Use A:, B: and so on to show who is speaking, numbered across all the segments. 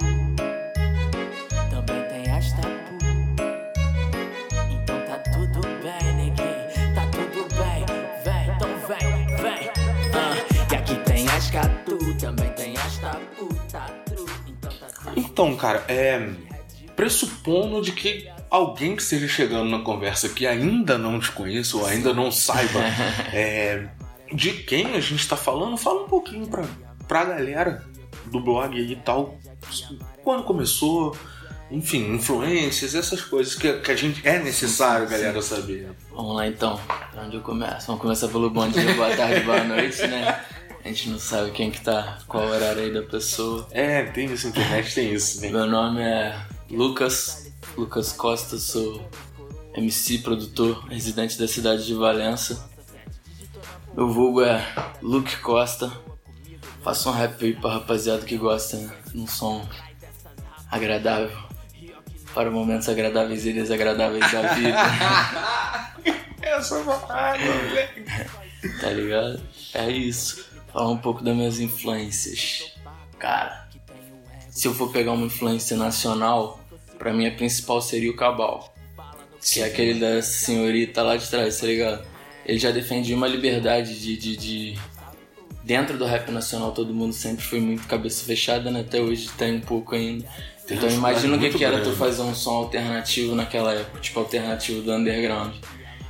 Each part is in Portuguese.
A: Então tá então tá
B: Então, cara, é. Pressupondo de que alguém que esteja chegando na conversa que ainda não te conheça ou ainda não saiba é, de quem a gente está falando, fala um pouquinho pra, pra galera do blog aí e tal. Quando começou, enfim, influências, essas coisas que, que a gente é necessário, galera, saber.
C: Vamos lá então, Pra onde eu começo? Vamos começar pelo bom dia, boa tarde, boa noite, né? A gente não sabe quem que tá, qual o horário aí da pessoa.
B: É, tem isso, internet tem isso, né?
C: Meu nome é Lucas, Lucas Costa, sou MC, produtor, residente da cidade de Valença. Meu vulgo é Luke Costa. Faço um rap aí pra rapaziada que gosta, né? Um som agradável. Para momentos agradáveis e desagradáveis da vida,
B: Essa parada, moleque.
C: tá ligado? É isso. Falar um pouco das minhas influências. Cara, se eu for pegar uma influência nacional, pra mim a principal seria o Cabal. Que é aquele da senhorita lá de trás, tá ligado? Ele já defendia uma liberdade de, de, de- Dentro do rap nacional, todo mundo sempre foi muito cabeça fechada, né? Até hoje tem um pouco ainda.
B: Tem
C: então
B: uma
C: imagina o que,
B: dificuldade
C: que era
B: muito
C: tu fazer um som alternativo naquela época, tipo alternativo do underground.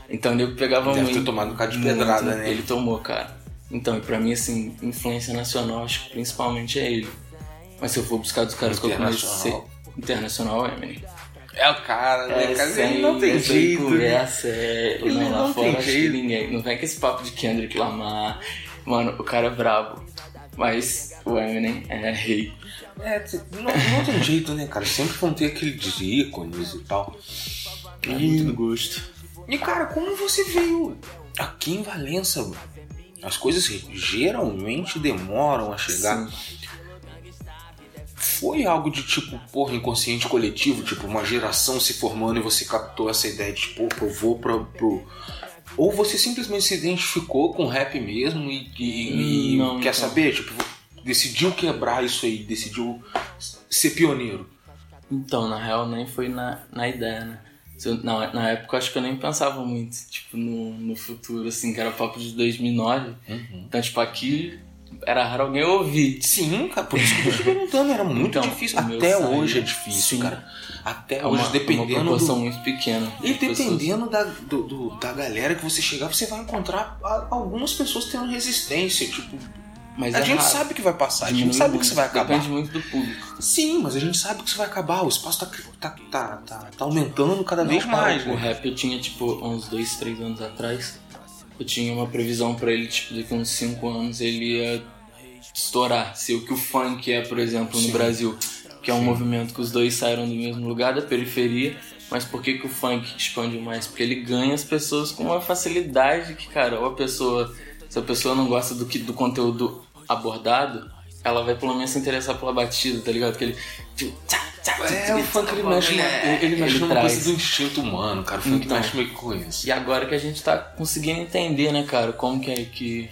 C: Então o nego pegava
B: Deve
C: muito.
B: ter tomado um cara de
C: Muito,
B: pedrada, né?
C: Ele tomou, cara. Então, e pra mim, assim, influência nacional, acho que principalmente é ele. Mas se eu for buscar dos caras que eu conheço,
B: Internacional.
C: se- internacional é, menino.
B: É o cara, né? cara, ele
C: sem-
B: não tem
C: sem
B: jeito. né?
C: Conversa, é,
B: Ele
C: não, lá
B: não
C: fora
B: tem
C: acho
B: jeito.
C: que ninguém. Não vem com esse papo de Kendrick Lamar. Mano, o cara é brabo. Mas o Eminem é rei.
B: É, t- não, não tem jeito, né, cara? Sempre vão ter aqueles ícones e tal.
C: É muito do gosto.
B: E, cara, como você veio aqui em Valença, mano? As coisas geralmente demoram a chegar.
C: Sim.
B: Foi algo de tipo, porra, inconsciente coletivo, tipo, uma geração se formando e você captou essa ideia de, pô, eu vou pra, pro. Ou você simplesmente se identificou com o rap mesmo e, e- e
C: Não,
B: quer
C: então.
B: saber? Tipo, decidiu quebrar isso aí, decidiu ser pioneiro.
C: Então, na real, nem foi na, na ideia, né? Se eu- na, na época, eu acho que eu nem pensava muito, tipo, no, no futuro, assim, que era papo de 2009.
B: Uhum.
C: Então, tipo, aqui era raro alguém ouvir.
B: Sim, cara, por isso que eu tô te perguntando, era muito
C: Então,
B: difícil.
C: o meu
B: Até
C: sonho-
B: hoje é difícil,
C: Sim.
B: cara. Até
C: É
B: hoje,
C: uma,
B: dependendo.
C: uma proporção
B: do-
C: muito pequena.
B: E
C: de pessoas.
B: dependendo da, do- do- da galera que você chegar, você vai encontrar a- algumas pessoas tendo resistência. Tipo,
C: Mas
B: a
C: é
B: gente
C: raro.
B: sabe que vai passar, a
C: Diminui
B: gente sabe que
C: muito.
B: isso vai acabar.
C: Depende muito do público.
B: Sim, mas a gente sabe que isso vai acabar. O espaço tá, cri- tá, tá, tá, tá aumentando cada
C: Não,
B: vez
C: cara,
B: mais,
C: O
B: né?
C: rap eu tinha, tipo, uns dois, três anos atrás. Eu tinha uma previsão pra ele, tipo, daqui uns cinco anos ele ia estourar. Ser o que o funk é, por exemplo, no Brasil. Que é um movimento que os dois saíram do mesmo lugar, da periferia. Mas por que, que o funk expande mais? Porque ele ganha as pessoas com uma facilidade que, cara, ou a pessoa... Se a pessoa não gosta do, que, do conteúdo abordado, ela vai pelo menos se interessar pela batida, tá ligado? Aquele...
B: É, o funk ele mexe, numa- ele, ele mexe numa
C: né? É, traz.
B: coisa do instinto humano, cara. O funk
C: Então.
B: mexe meio que com isso.
C: E agora que a gente tá conseguindo entender, né, cara, como que é que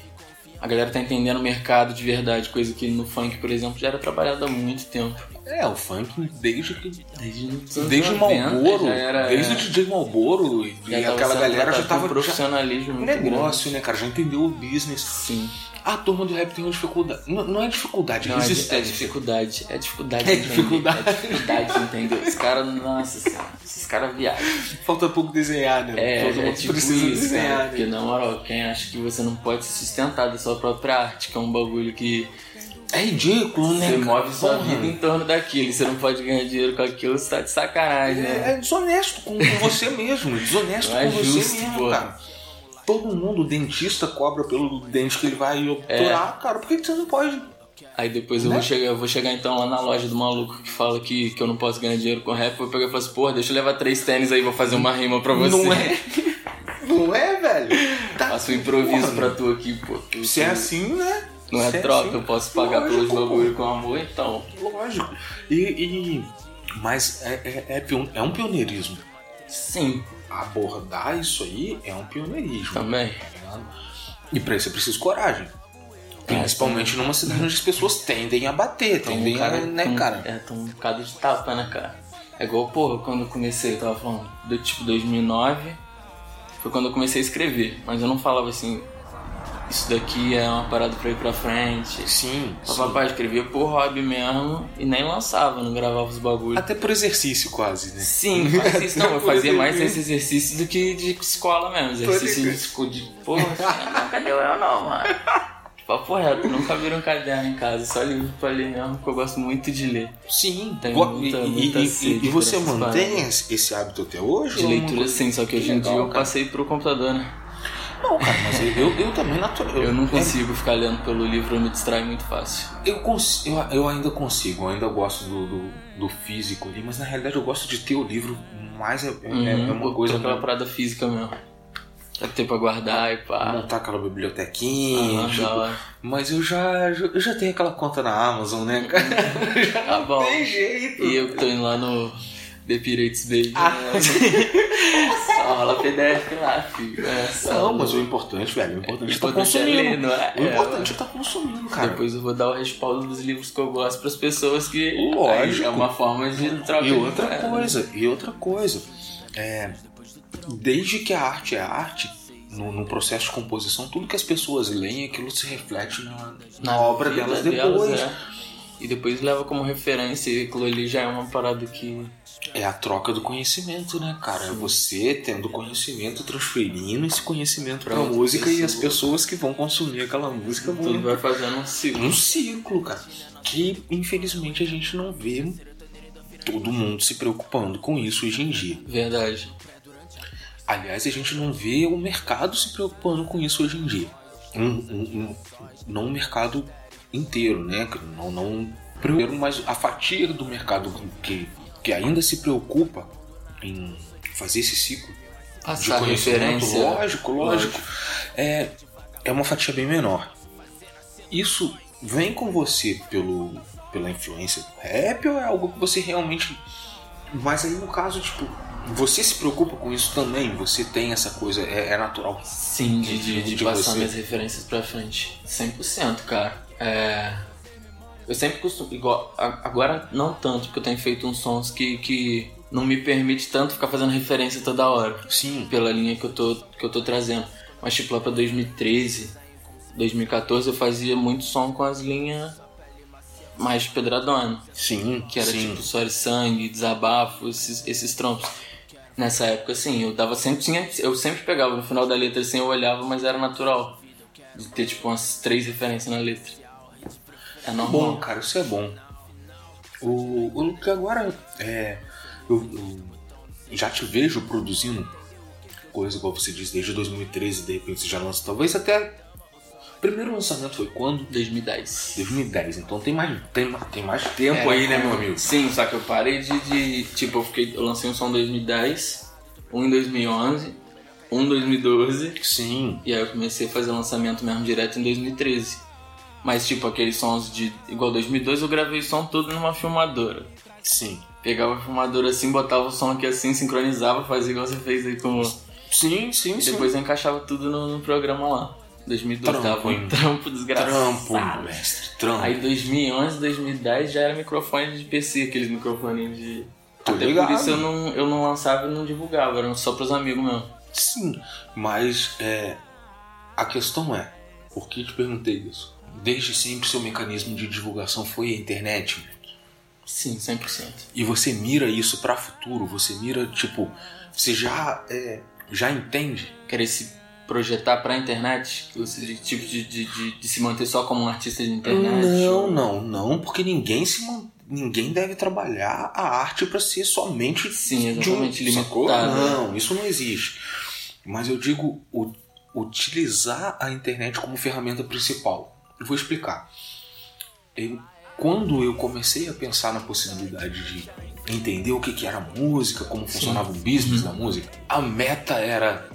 C: a galera tá entendendo o mercado de verdade, coisa que no funk, por exemplo, já era trabalhada há muito tempo.
B: É, o funk desde que
C: Desde, os anos
B: Desde o
C: 90
B: Malboro,
C: Então, já era, é,
B: desde o DJ Malboro e,
C: já
B: e
C: tava
B: aquela
C: sendo
B: galera já
C: tratado com
B: tava.
C: um profissionalismo
B: Um
C: muito
B: negócio, né, cara? Já entendeu o business.
C: grande. Sim.
B: A turma do rap tem uma dificuldade. Não, não é dificuldade, é
C: Não, é, di- é
B: resistência.
C: dificuldade, é dificuldade.
B: É
C: de entender,
B: dificuldade.
C: É dificuldade, entendeu? Os caras, nossa senhora, esses caras viajam.
B: Falta pouco desenhar, né?
C: É,
B: Todo
C: é
B: mundo
C: tipo
B: precisa
C: isso,
B: desenhar,
C: cara,
B: né?
C: porque na moral, quem acha que você não pode se sustentar da sua própria arte, que é um bagulho que
B: É ridículo, né? cara?
C: Você move sua
B: Porra.
C: vida em torno daquilo. Você não pode ganhar dinheiro com aquilo, você tá de sacanagem, né?
B: É, é desonesto com, com você mesmo. Desonesto
C: Não é
B: com
C: justo,
B: você mesmo,
C: porra.
B: cara. Todo mundo, o dentista, cobra pelo dente que ele vai
C: É.
B: obturar, cara. Por que que você não pode?
C: Aí depois eu
B: Né?
C: vou chegar, eu vou chegar então lá na loja do maluco que fala que, que eu não posso ganhar dinheiro com rap, vou pegar e falar assim, porra, deixa eu levar três tênis aí, vou fazer uma rima pra você.
B: Não é? Não é, velho? Tá-
C: Faço um improviso
B: Porra,
C: pra tu aqui, pô. Tu-
B: Se é assim, né?
C: Não é
B: Se
C: troca,
B: assim,
C: eu posso pagar pelos
B: lógico,
C: bagulho com amor, então.
B: pô, Lógico. E. e- mas é, é, é pion- é um pioneirismo.
C: Sim,
B: Abordar isso aí é um pioneirismo.
C: também.
B: tá ligado? E pra isso é preciso coragem.
C: É,
B: Principalmente numa cidade onde as pessoas tendem a bater,
C: Então,
B: tendem a. Né,
C: toma-
B: cara?
C: É, toma um bocado de tapa, né, cara? É igual, porra, quando eu comecei, eu tava falando, do tipo 2009, foi quando eu comecei a escrever, mas eu não falava assim, isso daqui é uma parada pra ir pra frente.
B: Sim.
C: O
B: sim.
C: é. papai escrevia por hobby mesmo e nem lançava, não gravava os bagulhos.
B: Até por exercício, quase, né?
C: Sim, mas isso não, eu fazia
B: Por
C: mais
B: exemplo.
C: esse exercício do que de escola mesmo. Exercício de escola de porra, assim, nunca deu eu não, mano. Papo reto, nunca viram um caderno em casa, só livro pra ler mesmo, porque eu gosto muito de ler.
B: Sim,
C: tem
B: Go-
C: tá muita-
B: e,
C: muita
B: e- e-
C: sede
B: e você
C: pra essas
B: mantém
C: paradas.
B: esse esse hábito até hoje?
C: De
B: ou não?
C: leitura sim, só que hoje em
B: legal,
C: dia eu
B: cara.
C: passei pro computador, né?
B: Não, cara, mas eu, eu, eu também natural.
C: Eu não consigo ficar lendo pelo livro, eu me distrai muito fácil.
B: Eu, cons- eu, eu ainda consigo, eu ainda gosto do, do, do físico ali, mas na realidade eu gosto de ter o livro mais. É, é- é
C: Uhum,
B: uma
C: eu
B: coisa
C: tô aquela
B: pra
C: parada física mesmo. Pra ter pra guardar e pá. Ah, tá
B: montar aquela bibliotequinha.
C: Aham,
B: tipo,
C: da hora.
B: mas eu já, eu já tenho aquela conta na Amazon, né, cara?
C: Tá bom.
B: Tem jeito.
C: E eu que tô indo lá no The Pirates Baby.
B: Ah.
C: né? Só rola PDF lá, filho. É, só
B: Não, mas o importante, velho, o importante é tá
C: importante é ler,
B: consumindo.
C: não é?
B: O importante é tá consumindo, cara.
C: Depois eu vou dar o respaldo dos livros que eu gosto pras pessoas que.
B: Lógico.
C: aí É uma forma de é. trocar.
B: E outra coisa, e outra coisa. é, desde que a arte é arte, no, no processo de composição, tudo que as pessoas leem, aquilo se reflete na, na obra delas depois.
C: é. E depois leva como referência, e aquilo ali já é uma parada que.
B: é. a troca do conhecimento, né, cara? É você tendo conhecimento, transferindo esse conhecimento pra,
C: Pra outra
B: música e as
C: pessoa.
B: pessoas que vão consumir aquela música
C: Tudo
B: vão.
C: vai fazendo um ciclo.
B: Um ciclo, cara. Que infelizmente a gente não vê todo mundo se preocupando com isso hoje em dia.
C: Verdade.
B: Aliás, a gente não vê o mercado se preocupando com isso hoje em dia. Um- um- um- não o mercado inteiro, né? Não, não primeiro, mas a fatia do mercado que, que ainda se preocupa em fazer esse ciclo de
C: Passar
B: conhecimento,
C: referência.
B: lógico, lógico, é, é uma fatia bem menor. Isso vem com você pelo, pela influência do rap ou é algo que você realmente. Mas aí no caso, tipo, você se preocupa com isso também? Você tem essa coisa, é, é natural.
C: Sim, de, de, de
B: De
C: passar
B: você.
C: minhas referências pra frente. 100%, cara. É... Eu sempre costumo. Igual, a- agora não tanto, porque eu tenho feito uns sons que, que não me permite tanto ficar fazendo referência toda hora.
B: Sim,
C: Pela linha que eu tô, que eu tô trazendo. Mas tipo lá pra 2013, 2014 eu fazia muito som com as linhas mais pedradona
B: sim,
C: que era
B: sim.
C: tipo suor e sangue, desabafo, esses, esses trompos. Nessa época, assim, eu dava sempre, tinha- eu sempre pegava no final da letra, assim, eu olhava, mas era natural de ter tipo umas três referências na letra. É
B: bom,
C: normal.
B: cara, isso é bom. O, o Luke agora é. Eu, eu já te vejo produzindo coisa igual você disse desde 2013, de repente você já lança. Talvez até. O primeiro lançamento foi quando?
C: 2010.
B: 2010, então tem mais, tem, tem mais tempo
C: É,
B: aí, né, meu amigo?
C: Sim, só que eu parei de, de- tipo, eu fiquei, eu lancei um som em 2010, um em 2011, um em 2012.
B: Sim,
C: E aí eu comecei a fazer lançamento mesmo direto em 2013. Mas tipo, aqueles sons de igual 2002 eu gravei o som todo numa filmadora.
B: sim.
C: Pegava a filmadora assim, botava o som aqui assim, sincronizava, fazia igual você fez aí com.
B: Sim, sim,
C: E
B: sim.
C: depois eu encaixava tudo no, no programa lá. 2012
B: Trampo,
C: tava um
B: hein?
C: trampo desgraçado.
B: Trampo, meu mestre, trampo.
C: Aí 2011, 2010 já era microfone de PC, aqueles microfoninhos de.
B: Tô
C: Até
B: ligado.
C: por isso eu não, eu não lançava e não divulgava, eram só pros amigos mesmo.
B: Sim, mas é, a questão é, por que te perguntei isso? Desde sempre seu mecanismo de divulgação foi a internet.
C: Sim, 100%.
B: E você mira isso pra futuro, você mira, tipo, você já, é, já entende?
C: Querer se projetar pra internet? Ou seja, tipo de, de, de, de se manter só como um artista de internet?
B: Não, não, não, porque ninguém se man- ninguém deve trabalhar a arte pra ser somente
C: Sim,
B: de um-
C: exatamente
B: sacou?
C: limitado. né?
B: Não, isso não existe. Mas eu digo u- utilizar a internet como ferramenta principal. Eu vou explicar. Eu- quando eu comecei a pensar na possibilidade de entender o que, que era música, como funcionava o business
C: Uhum.
B: da música, a meta era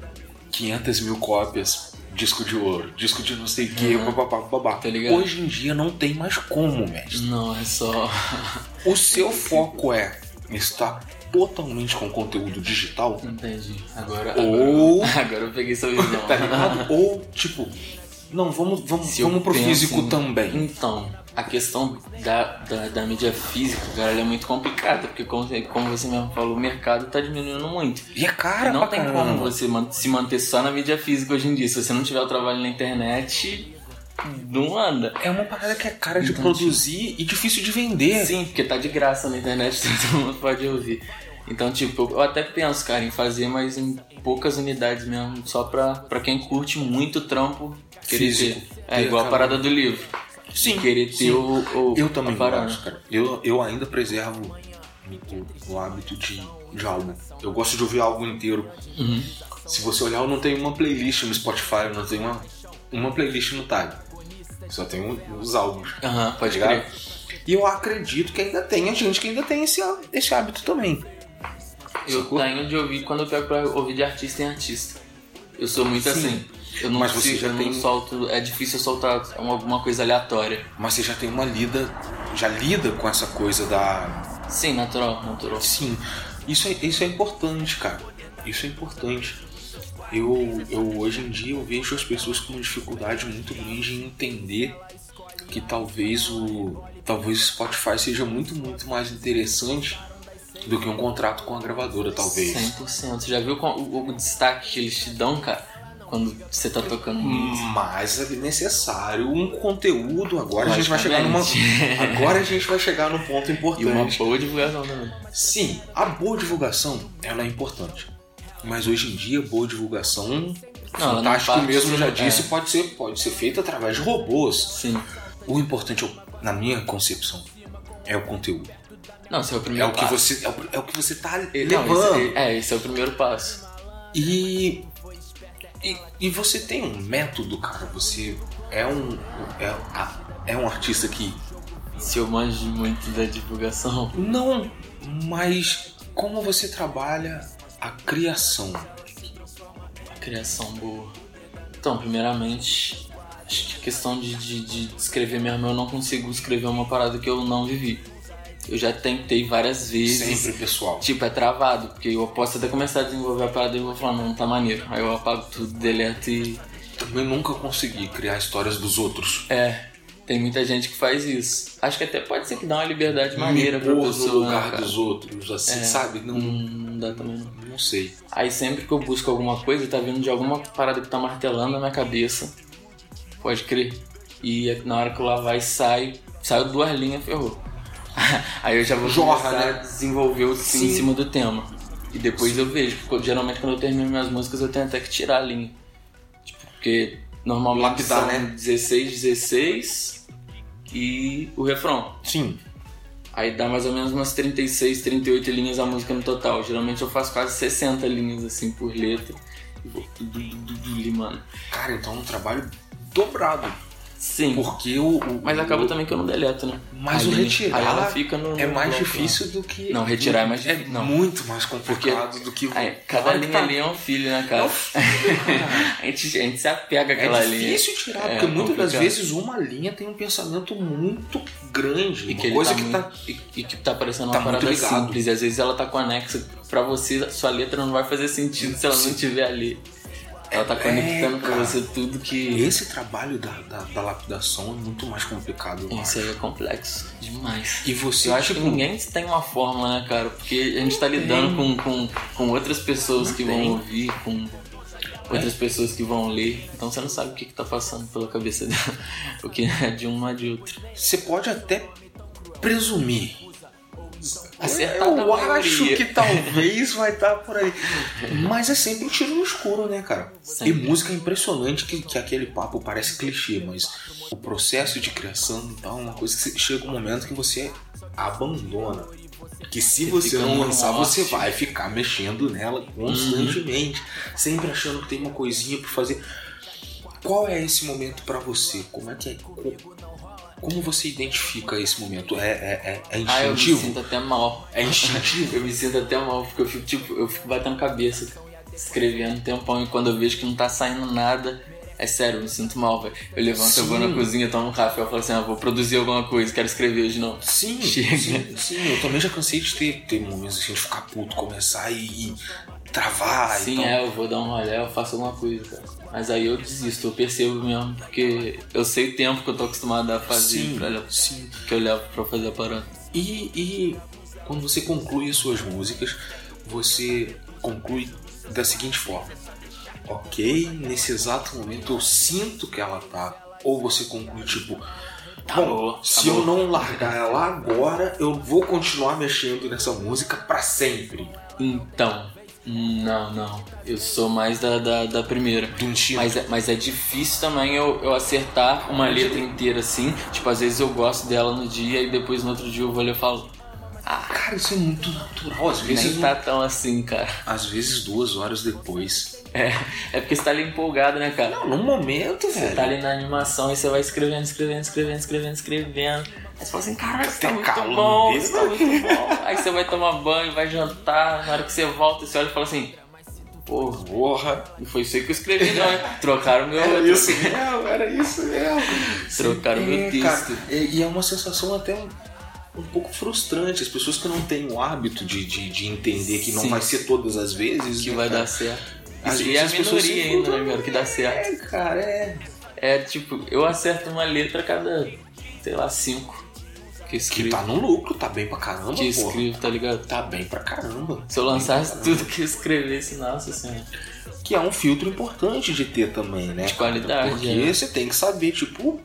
B: 500 mil cópias, disco de ouro, disco de não sei o que,
C: Uhum.
B: papapá, babá.
C: Tá ligado?
B: Hoje em dia não tem mais como, mestre.
C: Não, é só.
B: O seu foco é estar totalmente com conteúdo digital
C: Entendi. Agora.
B: Ou-
C: Agora, agora eu peguei sua visão.
B: tá ligado? Ou, tá tipo, não, vamos, vamos,
C: Se eu
B: vamos pro
C: penso
B: físico
C: em-
B: também.
C: Então, a questão da, da, da mídia física, cara, ela é muito complicada, porque como, você- como você mesmo falou, o mercado tá diminuindo muito.
B: E é cara,
C: não
B: pra
C: tem
B: caramba.
C: como você man- se manter só na mídia física hoje em dia. Se você não tiver o trabalho na internet, não anda.
B: É uma parada que é cara de
C: Então,
B: produzir e difícil de vender.
C: Sim, porque tá de graça na internet, todo mundo pode ouvir. Então, tipo, eu até penso, cara, em fazer, mas em poucas unidades mesmo, só pra, pra quem curte muito o trampo querer
B: Físico.
C: ter.
B: Ter
C: É igual a
B: aquela-
C: parada do livro.
B: Sim,
C: Querer ter
B: sim.
C: o, o.
B: Eu também
C: a parada.
B: gosto, cara. Eu, eu ainda preservo o, o hábito de, de álbum. Eu gosto de ouvir álbum inteiro.
C: Uhum.
B: Se você olhar, eu não tenho uma playlist no Spotify, eu não tenho uma, uma playlist no Time. Só tenho os álbuns.
C: Aham,
B: tá
C: pode
B: ligado?
C: crer.
B: E eu acredito que ainda tem gente que ainda tem esse, há- esse hábito também.
C: Eu
B: Sacou?
C: tenho de ouvir quando eu pego pra ouvir de artista em artista. Eu sou muito
B: Sim.
C: assim. Eu não
B: Mas você
C: consigo,
B: já
C: eu
B: tem-
C: não solto. É difícil eu soltar alguma coisa aleatória.
B: Mas você já tem uma lida, já lida com essa coisa da,
C: Sim, natural, natural.
B: Sim, isso é, isso é importante, cara. Isso é importante. Eu, eu hoje em dia eu vejo as pessoas com uma dificuldade muito grande em entender que talvez o talvez o Spotify seja muito muito mais interessante do que um contrato com a gravadora, talvez.
C: 100%. Você já viu com- o, o destaque que eles te dão, cara? Quando você tá tocando
B: Hum,
C: muito.
B: Mas é necessário um conteúdo. Agora a gente vai chegar numa
C: Logicamente.
B: agora a gente vai chegar num ponto
C: E uma
B: importante.
C: boa divulgação também.
B: Sim, a boa divulgação ela é importante. Mas hoje em dia, boa divulgação,
C: ela não
B: fantástico
C: parte,
B: mesmo já
C: é.
B: disse, pode ser, pode ser feita através de robôs.
C: Sim.
B: O importante, é o- na minha concepção, é o conteúdo.
C: Não, esse é o
B: É
C: primeiro
B: o que
C: passo.
B: você, é o, é o que você tá
C: Não,
B: levando.
C: esse, é, esse é o primeiro passo.
B: E, e e você tem um método, cara. Você é um é, a- é um artista que
C: Se eu manjo muito da divulgação.
B: Não, mas como você trabalha a criação?
C: Criação boa. Então, primeiramente, acho que questão de, de, de escrever mesmo, eu não consigo escrever uma parada que eu não vivi. Eu já tentei várias vezes.
B: Sempre, pessoal.
C: Tipo, é travado, porque eu posso até começar a desenvolver a parada e eu vou falar, não, não tá maneiro. Aí eu apago tudo, deleto e.
B: Também nunca consegui criar histórias dos outros.
C: É, tem muita gente que faz isso. Acho que até pode ser que dá uma liberdade maneira
B: Me
C: pra
B: pôr
C: pessoa.
B: no lugar
C: né, cara?
B: dos outros, assim, sabe? Não,
C: Hum, não dá também não.
B: não sei.
C: Aí sempre que eu busco alguma coisa, tá vindo de alguma parada que tá martelando na minha cabeça. Pode crer. E na hora que eu lavar e saio, saio duas linhas, ferrou. Aí eu já vou
B: Jorra,
C: começar
B: né?
C: a desenvolver o sim em
B: Sim.
C: cima do tema. E depois eu vejo, porque geralmente quando eu termino minhas músicas eu tenho até que tirar a linha. Tipo, porque normalmente
B: Lapidar,
C: são
B: né?
C: 16, 16 e o refrão.
B: Sim.
C: Aí dá mais ou menos umas 36, 38 linhas a música no total. Geralmente eu faço quase 60 linhas assim por letra. E vou tudo, tudo, tudo limando.
B: Cara, então é um trabalho dobrado.
C: Sim.
B: Porque o. o-
C: Mas acaba
B: o-
C: também que eu não deleto, né?
B: Mas
C: A
B: o
C: linha-
B: retirar
C: Aí ela fica no.
B: É
C: no
B: mais
C: bloco, né?
B: difícil do que.
C: Não, retirar é mais
B: É
C: difícil, não.
B: muito mais complicado do que.
C: né? Aí, cada
B: Olha que
C: linha
B: tá-
C: ali é um filho, né,
B: É
C: cara?
B: um filho, cara.
C: a, gente, a gente se apega
B: É
C: àquela linha.
B: difícil tirar,
C: É,
B: porque muitas das
C: complicado.
B: vezes uma linha tem um pensamento muito grande.
C: E
B: uma
C: que, ele
B: coisa
C: tá
B: que
C: muito-
B: tá.
C: e, e que tá parecendo uma
B: tá muito
C: parada
B: ligado.
C: simples. E às vezes ela tá conexa. Pra você, sua letra não vai fazer sentido se ela não estiver ali. Ela tá conectando pra
B: É, cara.
C: você tudo que.
B: Esse trabalho da, da, da lapidação é muito mais complicado. eu acho.
C: Isso aí é complexo demais.
B: E você,
C: Eu acho que
B: tipo,
C: ninguém tem uma forma, né, cara? Porque a gente tá lidando com, com, com outras pessoas que
B: tem.
C: vão ouvir, com outras pessoas que vão ler. Então você não sabe o que, que tá passando pela cabeça dela. O que é de uma de outra.
B: você pode até presumir.
C: Acertar na
B: eu
C: maioria.
B: acho que talvez vai estar por aí. Mas é sempre um tiro no escuro, né, cara?
C: Sempre.
B: E música é impressionante que, que aquele papo parece clichê, mas o processo de criação e tal é uma coisa que você- chega um momento que você abandona. Que se você,
C: fica Uhum.
B: não
C: no
B: lançar,
C: norte.
B: você vai ficar mexendo nela constantemente, sempre achando que tem uma coisinha pra fazer. Qual é esse momento pra você? Como é que é? Co- Como você identifica esse momento? É, é, é- é
C: Ah, eu me sinto
B: instintivo?
C: até mal.
B: É instintivo?
C: Eu me sinto até mal, porque eu fico, tipo, eu fico batendo cabeça, escrevendo um tempão, e quando eu vejo que não tá saindo nada, É sério, eu me sinto mal, velho. Eu levanto, eu vou
B: Sim.
C: na cozinha, tomo um café, eu falo assim, ah, vou produzir alguma coisa, quero escrever hoje não.
B: Sim,
C: Chega.
B: sim, sim, eu também já cansei de ter, ter momentos assim de ficar puto, começar e, e travar
C: Sim,
B: então,
C: é, eu vou dar um rolê, eu faço alguma coisa, cara. Mas aí eu desisto, eu percebo mesmo, porque eu sei o tempo que eu tô acostumado a fazer,
B: Sim,
C: pra-
B: sim.
C: que eu levo pra fazer a parada.
B: E, e quando você conclui as suas músicas, você conclui da seguinte forma: Ok, nesse exato momento eu sinto que ela tá. Ou você conclui tipo.
C: Tá
B: "Bom,
C: boa,
B: se
C: tá
B: eu
C: boa."
B: não largar ela agora, eu vou continuar mexendo nessa música pra sempre.
C: Então, não, não. Eu sou mais da, da, da primeira.
B: Do instinto.
C: Mas é, mas é difícil também eu, eu acertar uma letra inteira assim. Tipo, às vezes eu gosto dela no dia e depois no outro dia eu vou ler e falo.
B: Cara, isso é muito natural. Às vezes, um
C: Nem tá tão assim, cara.
B: às vezes duas horas depois.
C: É, é porque você tá ali empolgado, né, cara?
B: Não, no momento, velho.
C: Tá ali na animação e você vai escrevendo, escrevendo, escrevendo, escrevendo, escrevendo. Aí você fala assim, caralho, isso tá
B: Tem
C: muito
B: calor
C: bom,
B: desse,
C: isso tá
B: né?"
C: muito bom. Aí você vai tomar banho, vai jantar, na hora que você volta, você olha e fala assim, pô,
B: Porra.
C: não foi isso aí que eu escrevi não, hein? Trocaram meu...
B: Era
C: assim,
B: É isso mesmo, era isso mesmo.
C: Trocaram meu
B: É,
C: texto.
B: cara, e, e é uma sensação até um, um pouco frustrante. As pessoas que não têm o hábito de, de, de entender que não
C: Sim.
B: vai ser todas as vezes.
C: Que
B: né,
C: vai
B: cara?
C: dar certo.
B: Às
C: Isso, e
B: vezes
C: é a
B: as pessoas
C: minoria
B: se
C: ainda,
B: encontram-
C: né, cara, que dá certo.
B: É, cara, é.
C: É tipo, eu acerto uma letra a cada, sei lá, cinco que eu
B: Que
C: escrevo.
B: tá no lucro, tá bem pra caramba,
C: que eu
B: pô.
C: escrevo, tá ligado?
B: Tá bem pra caramba.
C: Se eu lançasse tudo que eu escrevesse, nossa senhora.
B: Que é um filtro importante de ter também, né?
C: De qualidade,
B: Porque
C: é.
B: você tem que saber, tipo,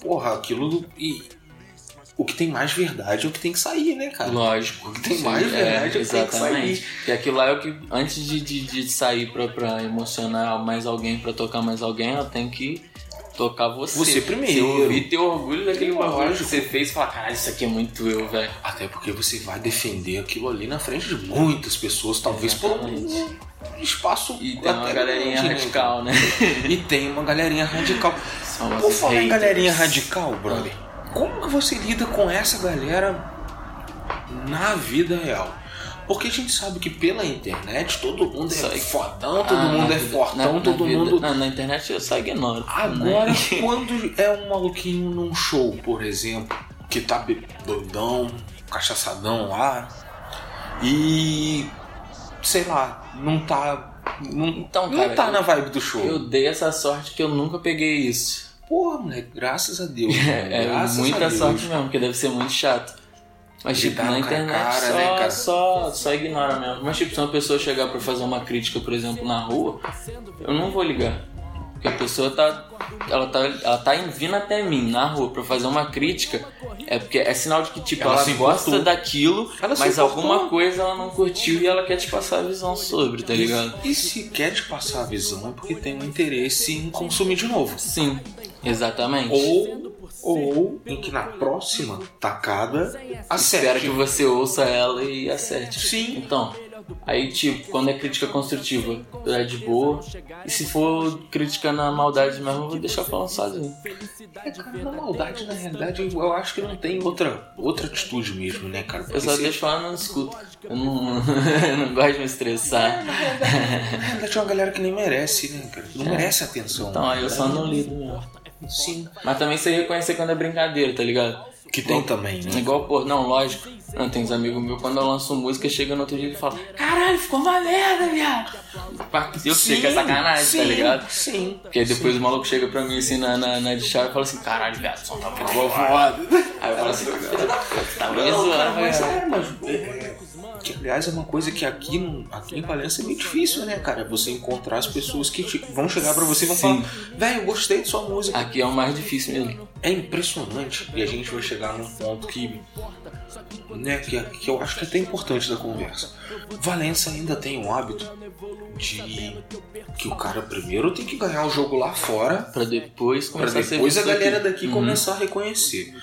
B: porra, aquilo. E o que tem mais verdade é o que tem que sair, né, cara?
C: Lógico.
B: que tem mais verdade é que tem que
C: exatamente. E aquilo lá é o que, antes de, de, de sair pra, pra emocionar mais alguém, pra tocar mais alguém, ela tem que tocar você.
B: Você primeiro.
C: Se eu ouvir ter orgulho daquele
B: Lógico.
C: bagulho que você fez e falar, caralho, isso aqui é muito eu, velho.
B: Até porque você vai defender aquilo ali na frente de muitas pessoas, talvez por um
C: Exatamente.
B: espaço
C: E tem uma
B: até
C: galerinha
B: grande, né?
C: radical, né?
B: E tem uma galerinha radical.
C: São
B: Por
C: esses
B: falar em
C: haters.
B: galerinha radical, brother, como que você lida com essa galera na vida real? Porque a gente sabe que pela internet todo mundo
C: Só
B: é
C: que-
B: fodão, todo
C: Ah,
B: mundo
C: na
B: é
C: vida-
B: fortão,
C: na-
B: todo
C: na vida- Ah,
B: mundo.
C: Na, na internet eu só ignoro.
B: Agora, quando é um maluquinho num show, por exemplo, que tá be- doidão, cachaçadão lá, e. sei lá, não tá. Não,
C: Então,
B: não
C: cara,
B: tá
C: eu-
B: na vibe do show.
C: Eu dei essa sorte que eu nunca peguei isso.
B: Porra, moleque, graças a Deus. mano,
C: É,
B: graças a
C: muita
B: Deus.
C: sorte mesmo, porque deve ser muito chato. Mas, tipo,
B: Gritar
C: na
B: com a
C: internet
B: cara,
C: só,
B: né, cara?
C: só, só ignora mesmo. Mas, tipo, se uma pessoa chegar pra fazer uma crítica, por exemplo, na rua, eu não vou ligar. Porque a pessoa tá. Ela tá, ela tá em- vindo até mim, na rua, pra fazer uma crítica. É porque é sinal de que, tipo,
B: Ela
C: ela,
B: se
C: gosta
B: importou.
C: daquilo,
B: Ela se
C: mas
B: importou.
C: alguma coisa ela não curtiu e ela quer te passar a visão sobre, tá ligado?
B: E se quer te passar a visão é porque tem um interesse em consumir de novo.
C: Sim, exatamente.
B: Ou, ou em que na próxima tacada
C: Espero
B: acerte.
C: que você ouça ela e acerte.
B: Sim.
C: Então, aí tipo, quando é crítica construtiva, é de boa. E se for crítica na maldade mesmo, eu vou deixar falando sozinho.
B: É, cara, na maldade, na realidade, eu- eu acho que não tem outra, outra atitude mesmo, né, cara?
C: Eu
B: Porque
C: só
B: você-
C: deixo falando não escuto. Eu não, eu não gosto de me estressar.
B: na realidade é uma galera que nem merece, né, cara? Não merece atenção.
C: É. Então, aí eu só não lido mesmo.
B: Sim.
C: Mas também sei reconhecer quando é brincadeira, tá ligado? É
B: Que tem também, né?
C: Igual, pô, não, lógico. Não, tem uns amigos meus, quando eu lanço música, chega no outro dia e fala: Caralho, ficou uma merda, viado. Eu sei que é
B: Sim,
C: sacanagem, tá
B: sim,
C: ligado?
B: Sim.
C: Porque aí depois o maluco chega pra mim assim na, na, na de chave e fala assim, caralho, viado, só tá ficando voado. Aí eu falo assim, tá me zoando,
B: Mas
C: velho.
B: é, mas. é, que, aliás, é uma coisa que aqui, no- aqui em Valença é bem difícil, né, cara? Você encontrar as pessoas que te- vão chegar pra você e vão
C: Sim.
B: falar: velho, eu gostei de sua música.
C: Aqui é o mais difícil mesmo.
B: É impressionante e a gente vai chegar num ponto que, né, que, que eu acho que é até importante da conversa. Valença ainda tem o hábito de que o cara primeiro tem que ganhar o jogo lá fora
C: Pra depois
B: para
C: começar a ser
B: depois a
C: visto
B: galera
C: aqui. Uhum.
B: daqui começar a reconhecer.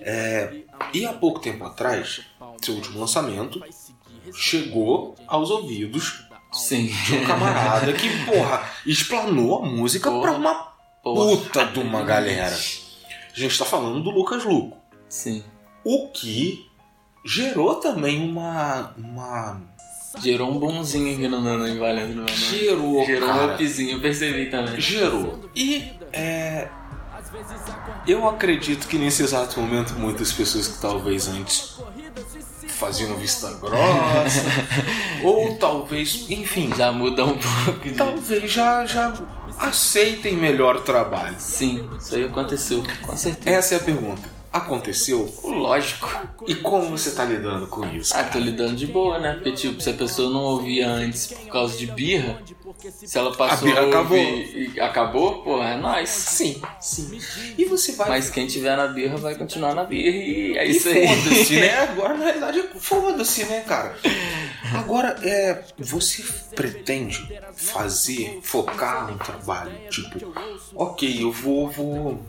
B: É, e há pouco tempo atrás, seu último lançamento chegou aos ouvidos
C: Sim.
B: de um camarada que, porra, explanou a música
C: Porra.
B: pra uma
C: Porra.
B: puta de uma galera. A gente tá falando do Lucas Luco.
C: Sim.
B: O que gerou também uma, uma
C: Gerou um bonzinho aqui no meu nome, valendo no meu nome.
B: Gerou,
C: Gerou um
B: cara.
C: upzinho, eu percebi também.
B: Gerou. E é, eu acredito que nesse exato momento muitas pessoas que talvez antes faziam vista grossa, ou talvez, enfim,
C: Já muda um pouco de...
B: talvez já, já aceitem melhor o trabalho.
C: Sim, isso aí aconteceu, com certeza.
B: Essa é a pergunta. Aconteceu?
C: Lógico.
B: E como você tá lidando com isso?
C: Ah, tô lidando de boa, né? Porque, tipo, se a pessoa não ouvia antes por causa de birra, se ela passou
B: birra acabou.
C: ouvir e acabou, porra, é nóis.
B: Sim, sim. E você vai.
C: Mas quem tiver na birra vai continuar na birra e é
B: E
C: isso aí.
B: Foda-se, né? Agora, na verdade, foda-se, né, cara? Agora, é, você pretende fazer, focar no trabalho? Tipo, ok, eu vou, vou,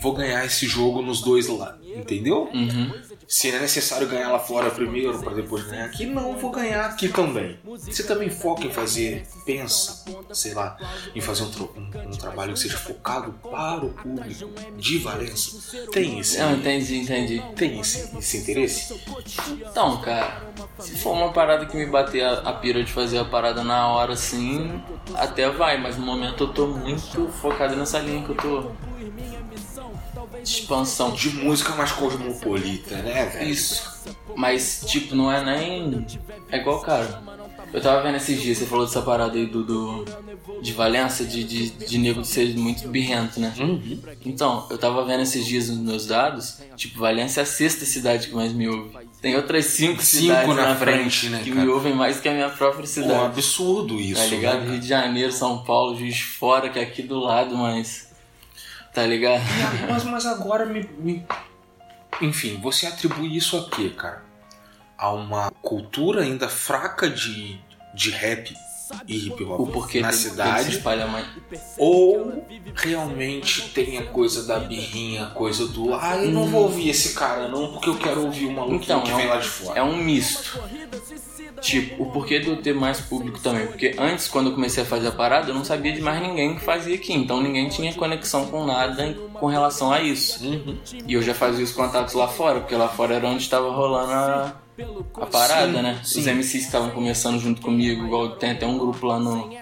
B: vou ganhar esse jogo nos dois lados, entendeu?
C: Uhum.
B: Se é necessário ganhar lá fora primeiro para depois ganhar aqui, não, eu vou ganhar aqui também. Você também foca em fazer, pensa, sei lá, em fazer um, tro- um- um trabalho que seja focado para o público de Valença. Tem esse,
C: Não, entendi, entendi.
B: tem esse, esse interesse?
C: Então, cara, se for uma parada que me bater a, a pira de fazer a parada na hora, assim, até vai, mas no momento eu tô muito focado nessa linha que eu tô. de Expansão.
B: De música mais cosmopolita, né, velho?
C: Isso. Mas, tipo, não é nem. É igual, cara. Eu tava vendo esses dias, você falou dessa parada aí do. do- de Valença, de, de, de nego ser muito birrento, né?
B: Uhum.
C: Então, eu tava vendo esses dias nos meus dados, tipo, Valença é a sexta cidade que mais me ouve. Tem outras cinco,
B: Cinco
C: cidades
B: na
C: na,
B: frente, né,
C: que
B: cara?
C: me ouvem mais que a minha própria
B: Pô, é um
C: cidade.
B: absurdo isso,
C: tá ligado?
B: né,
C: Rio de Janeiro, São Paulo, Juiz de Fora, que é aqui do lado, mas. Tá ligado?
B: cara? ah, Mas, mas agora me, me- Enfim, você atribui isso a quê, cara? A uma cultura ainda fraca de, de rap e hip
C: O
B: hop
C: porquê
B: na
C: dele- dele se
B: cidade?
C: espalha mais.
B: Ou realmente tem a coisa da birrinha, a coisa do. Ah, eu não vou ouvir esse cara não, porque eu quero ouvir o maluquinho
C: Então,
B: que
C: é um-
B: vem lá de fora.
C: É um misto. Tipo, o porquê de eu ter mais público também? Porque antes, quando eu comecei a fazer a parada, eu não sabia de mais ninguém que fazia aqui. Então ninguém tinha conexão com nada com relação a isso.
B: Uhum.
C: E eu já fazia os contatos lá fora, porque lá fora era onde estava rolando a, a parada,
B: Sim,
C: né? Os
B: sim.
C: MCs que estavam começando junto comigo, igual tem até um grupo lá no, no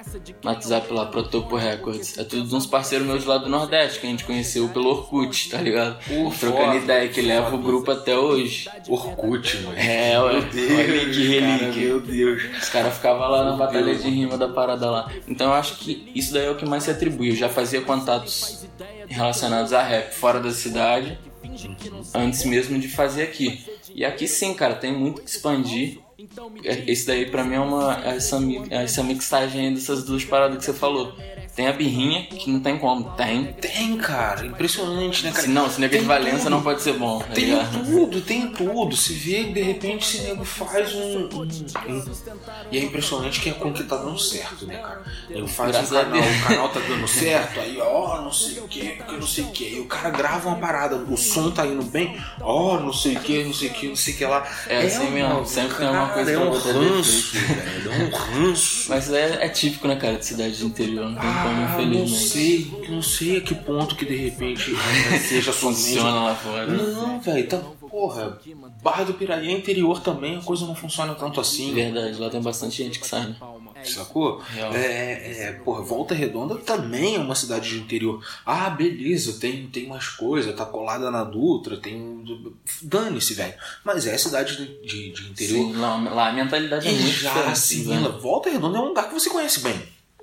C: WhatsApp lá, Protopo Records. É tudo de uns parceiros meus lá do Nordeste, que a gente conheceu pelo Orkut, tá ligado?
B: Por
C: Trocando
B: foda,
C: ideia, que leva o
B: foda.
C: grupo até hoje.
B: Orkut, mano.
C: É, olha que
B: cara,
C: relíquia.
B: meu Deus.
C: Os caras ficavam lá na batalha de rima da parada lá. Então eu acho que isso daí é o que mais se atribui. Eu já fazia contatos relacionados a rap fora da cidade, antes mesmo de fazer aqui. E aqui sim, cara, tem muito que expandir. É- Esse daí pra mim é uma é essa, mi- é essa mixagem aí dessas duas paradas que você falou. Tem a birrinha, que não tem como, tem.
B: Tem, cara. Impressionante, né, cara?
C: Se não, se nega de
B: Tem
C: Valença
B: tudo.
C: não pode ser bom, tá
B: Tem
C: ligado?
B: tudo, tem tudo. Se vê, de repente, esse nego faz um, um- um- E é impressionante que é como que tá dando certo, né, cara? Ele faz
C: Graças
B: um
C: a
B: canal,
C: Deus.
B: o canal tá dando certo, aí, ó, não sei o que, porque não sei o que. E o cara grava uma parada, o som tá indo bem, ó, não sei o que, não sei o que, não sei o que lá.
C: É assim
B: uma-
C: mesmo, sempre tem alguma coisa
B: um é
C: pra
B: um
C: botar né?
B: ranço, velho. É um ranço.
C: Mas é, é típico, né, cara, de cidade de interior, não tem como,
B: Ah, não
C: infelizmente.
B: sei, não sei a que ponto que de repente ainda seja somente
C: Funciona lá fora.
B: Não, velho, tá. Porra, Barra do Piraí é interior também, a coisa não funciona tanto assim,
C: Verdade, lá tem bastante gente que sai, né?
B: sacou?
C: Real.
B: É, é, porra, Volta Redonda também é uma cidade de interior. Ah, beleza, tem, tem mais coisa, tá colada na Dutra, tem. um, Dane-se, velho. Mas é cidade de, de- de interior.
C: Sim, lá, lá a mentalidade é
B: E
C: muito
B: já
C: diferente,
B: assimila.
C: né?
B: Volta Redonda é um lugar que você conhece bem.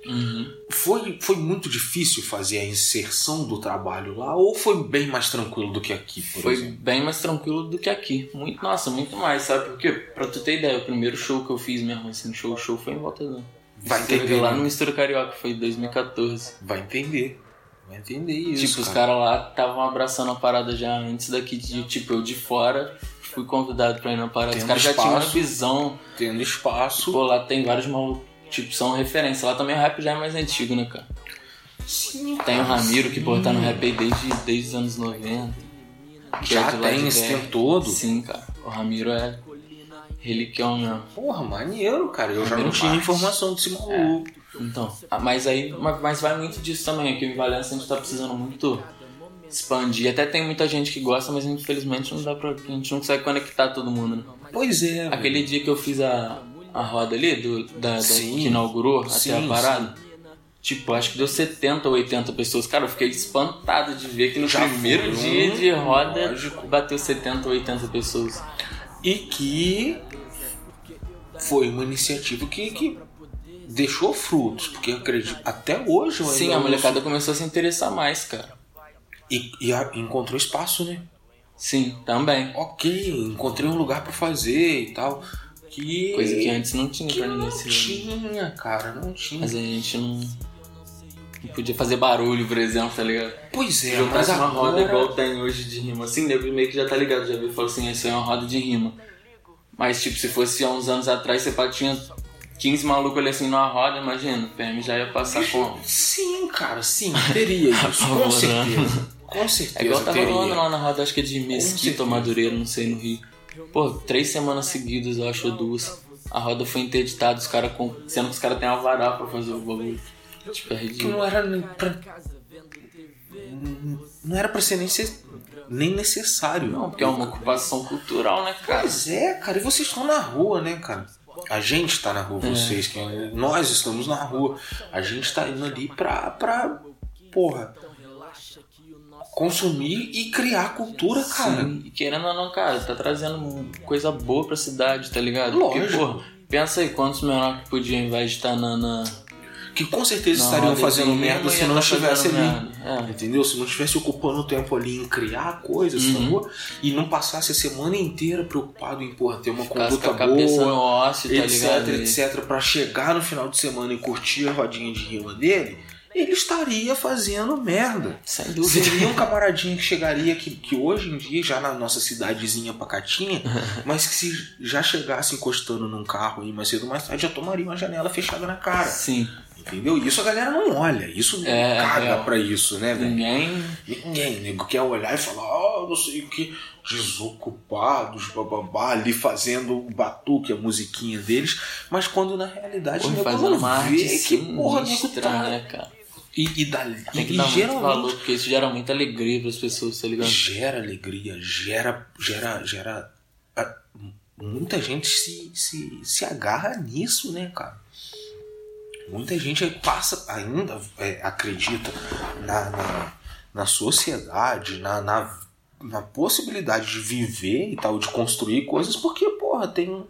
C: Uhum.
B: Foi, foi muito difícil fazer a inserção do trabalho lá, ou foi bem mais tranquilo do que aqui, por
C: Foi
B: exemplo?
C: bem mais tranquilo do que aqui. Muito, nossa, muito mais, sabe? Porque, pra tu ter ideia, o primeiro show que eu fiz mesmo, assim, show, show, foi em Volta Redonda.
B: Vai
C: Mistura-
B: entender,
C: Lá
B: né?
C: no Mistura Carioca, foi em 2014.
B: Vai entender. Vai entender isso.
C: tipo, os caras lá estavam abraçando a parada já antes daqui de, tipo, eu de fora fui convidado pra ir na parada.
B: Tendo
C: os caras já tinham uma
B: espaço.
C: visão.
B: Tendo espaço.
C: Pô, lá tem vários malucos, tipo, são referência. Lá também o rap já é mais antigo, né, cara?
B: Sim,
C: Tem o
B: cara,
C: Ramiro, que
B: sim.
C: pô, tá no rap aí desde, desde os anos 90. que é
B: Já
C: de lá de
B: tem esse
C: Bé.
B: tempo todo.
C: Sim, cara. O Ramiro é reliquião mesmo.
B: Porra, maneiro, cara. Eu já não
C: Primeiro
B: tinha
C: Marx.
B: informação desse
C: É.
B: maluco.
C: Então, ah, mas aí, mas mas vai muito disso também. Aqui em Valença a gente tá precisando muito expandir. Até tem muita gente que gosta, mas infelizmente não dá pra, a gente não consegue conectar todo mundo, né?
B: Pois é.
C: Aquele dia que eu fiz a, a a roda ali, do, da, da-
B: Sim.
C: que inaugurou
B: Sim,
C: até a parada. Tipo, acho que deu 70 ou 80 pessoas. Cara, eu fiquei espantado de ver que no
B: Já
C: primeiro
B: foi
C: dia
B: um,
C: de roda
B: lógico.
C: bateu 70 ou 80 pessoas.
B: E que foi uma iniciativa que, que deixou frutos, porque eu acredito, até hoje eu ainda
C: Sim, a
B: ouço-
C: molecada começou a se interessar mais, cara.
B: E, e a- encontrou espaço, né?
C: Sim, também.
B: Ok, encontrei um lugar pra fazer e tal. Que
C: Coisa que antes não tinha
B: que
C: pra ninguém
B: não
C: se ver.
B: tinha, cara, não tinha.
C: Mas a gente não, não podia fazer barulho, por exemplo, tá ligado?
B: pois é,
C: Se
B: mas
C: juntasse uma roda
B: agora-
C: igual tem hoje de rima, assim, nego meio que já tá ligado, já viu, falou assim, essa é uma roda de rima. Mas, tipo, se fosse há uns anos atrás, você pá, tinha 15 malucos ali assim numa roda, imagina, o PM já ia passar com...
B: Sim, cara, sim, teria isso, com
C: Apavorando.
B: certeza. Com certeza
C: É igual tava
B: teria.
C: rolando lá na roda, acho que é de Mesquita
B: certeza.
C: ou Madureira, não sei, no Rio. Pô, três semanas seguidas, eu acho, ou duas. A roda foi interditada, os caras com... sendo que os caras têm alvará pra fazer o bagulho. Tipo, é
B: que
C: ridículo.
B: não era nem pra... Não era pra ser nem, ce- nem necessário.
C: Não, porque é uma ocupação cultural, né, cara?
B: Pois é, cara, e vocês estão na rua, né, cara? A gente tá na rua,
C: É.
B: vocês, que nós estamos na rua. A gente tá indo ali pra, pra porra, consumir e criar cultura, cara.
C: Sim, e querendo ou não, cara, tá trazendo coisa boa pra cidade, tá ligado? Porque,
B: Lógico.
C: porra, pensa aí quantos menores que podiam em vez de estar na. na
B: Que com certeza
C: na
B: estariam
C: roda
B: fazendo
C: de
B: merda
C: rima,
B: se
C: ia
B: não
C: tá
B: estivesse
C: fazendo
B: ali.
C: merda. É,
B: Entendeu? Se não estivesse ocupando o tempo ali em criar coisas
C: Uhum.
B: na rua e não passasse a semana inteira preocupado em, porra, ter uma
C: É, ficasse com
B: conduta
C: a cabeça
B: boa,
C: no ócio, tá
B: etc,
C: ligado? E-
B: etc, pra chegar no final de semana e curtir a rodinha de rima dele, ele estaria fazendo merda.
C: Sem
B: Seria
C: é dúvida.
B: um camaradinho que chegaria que, que hoje em dia, já na nossa cidadezinha pacatinha, mas que se já chegasse encostando num carro aí mais cedo ou mais tarde, já tomaria uma janela fechada na cara.
C: Sim,
B: Entendeu? Isso a galera não olha, isso
C: É,
B: não caga
C: real.
B: pra isso, né, velho?
C: ninguém.
B: Ninguém, nego, quer olhar e falar, ó, não sei o que, desocupados, bababá, ali fazendo o batuque, a musiquinha deles, mas quando na realidade
C: Porra,
B: o nego
C: fazendo
B: não
C: uma arte
B: vê que porra nego
C: sinistra,
B: tá.
C: né, cara?
B: E, e, dali,
C: Tem que
B: e
C: dar muito
B: geralmente
C: valor, porque isso gera muita alegria pras pessoas, tá ligado?
B: gera alegria, gera, gera, gera. a- muita gente se, se, se agarra nisso, né, cara? Muita gente aí passa, ainda é, acredita na, na, na sociedade, na, na, na possibilidade de viver e tal, de construir coisas, porque, porra, tem.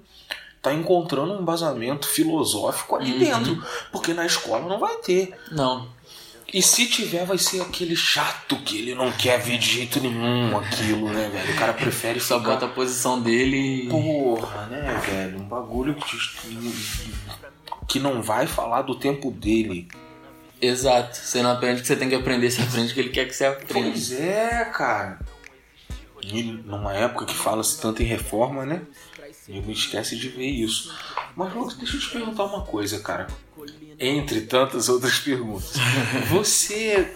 B: Tá encontrando um embasamento filosófico ali
C: Uhum.
B: dentro. Porque na escola não vai ter.
C: Não,
B: E se tiver, vai ser aquele chato que ele não quer ver de jeito nenhum aquilo, né, velho? O cara prefere
C: ele só
B: ficar...
C: bota a posição dele e.
B: Porra, né, velho? Um bagulho que, que não vai falar do tempo dele.
C: Exato. Você não aprende o que você tem que aprender, você aprende o que ele quer que você aprenda.
B: Pois é, cara. E numa época que fala-se tanto em reforma, né? Eu me esquece de ver isso. Mas, Lucas, deixa eu te perguntar uma coisa, cara. Entre tantas outras perguntas. Você.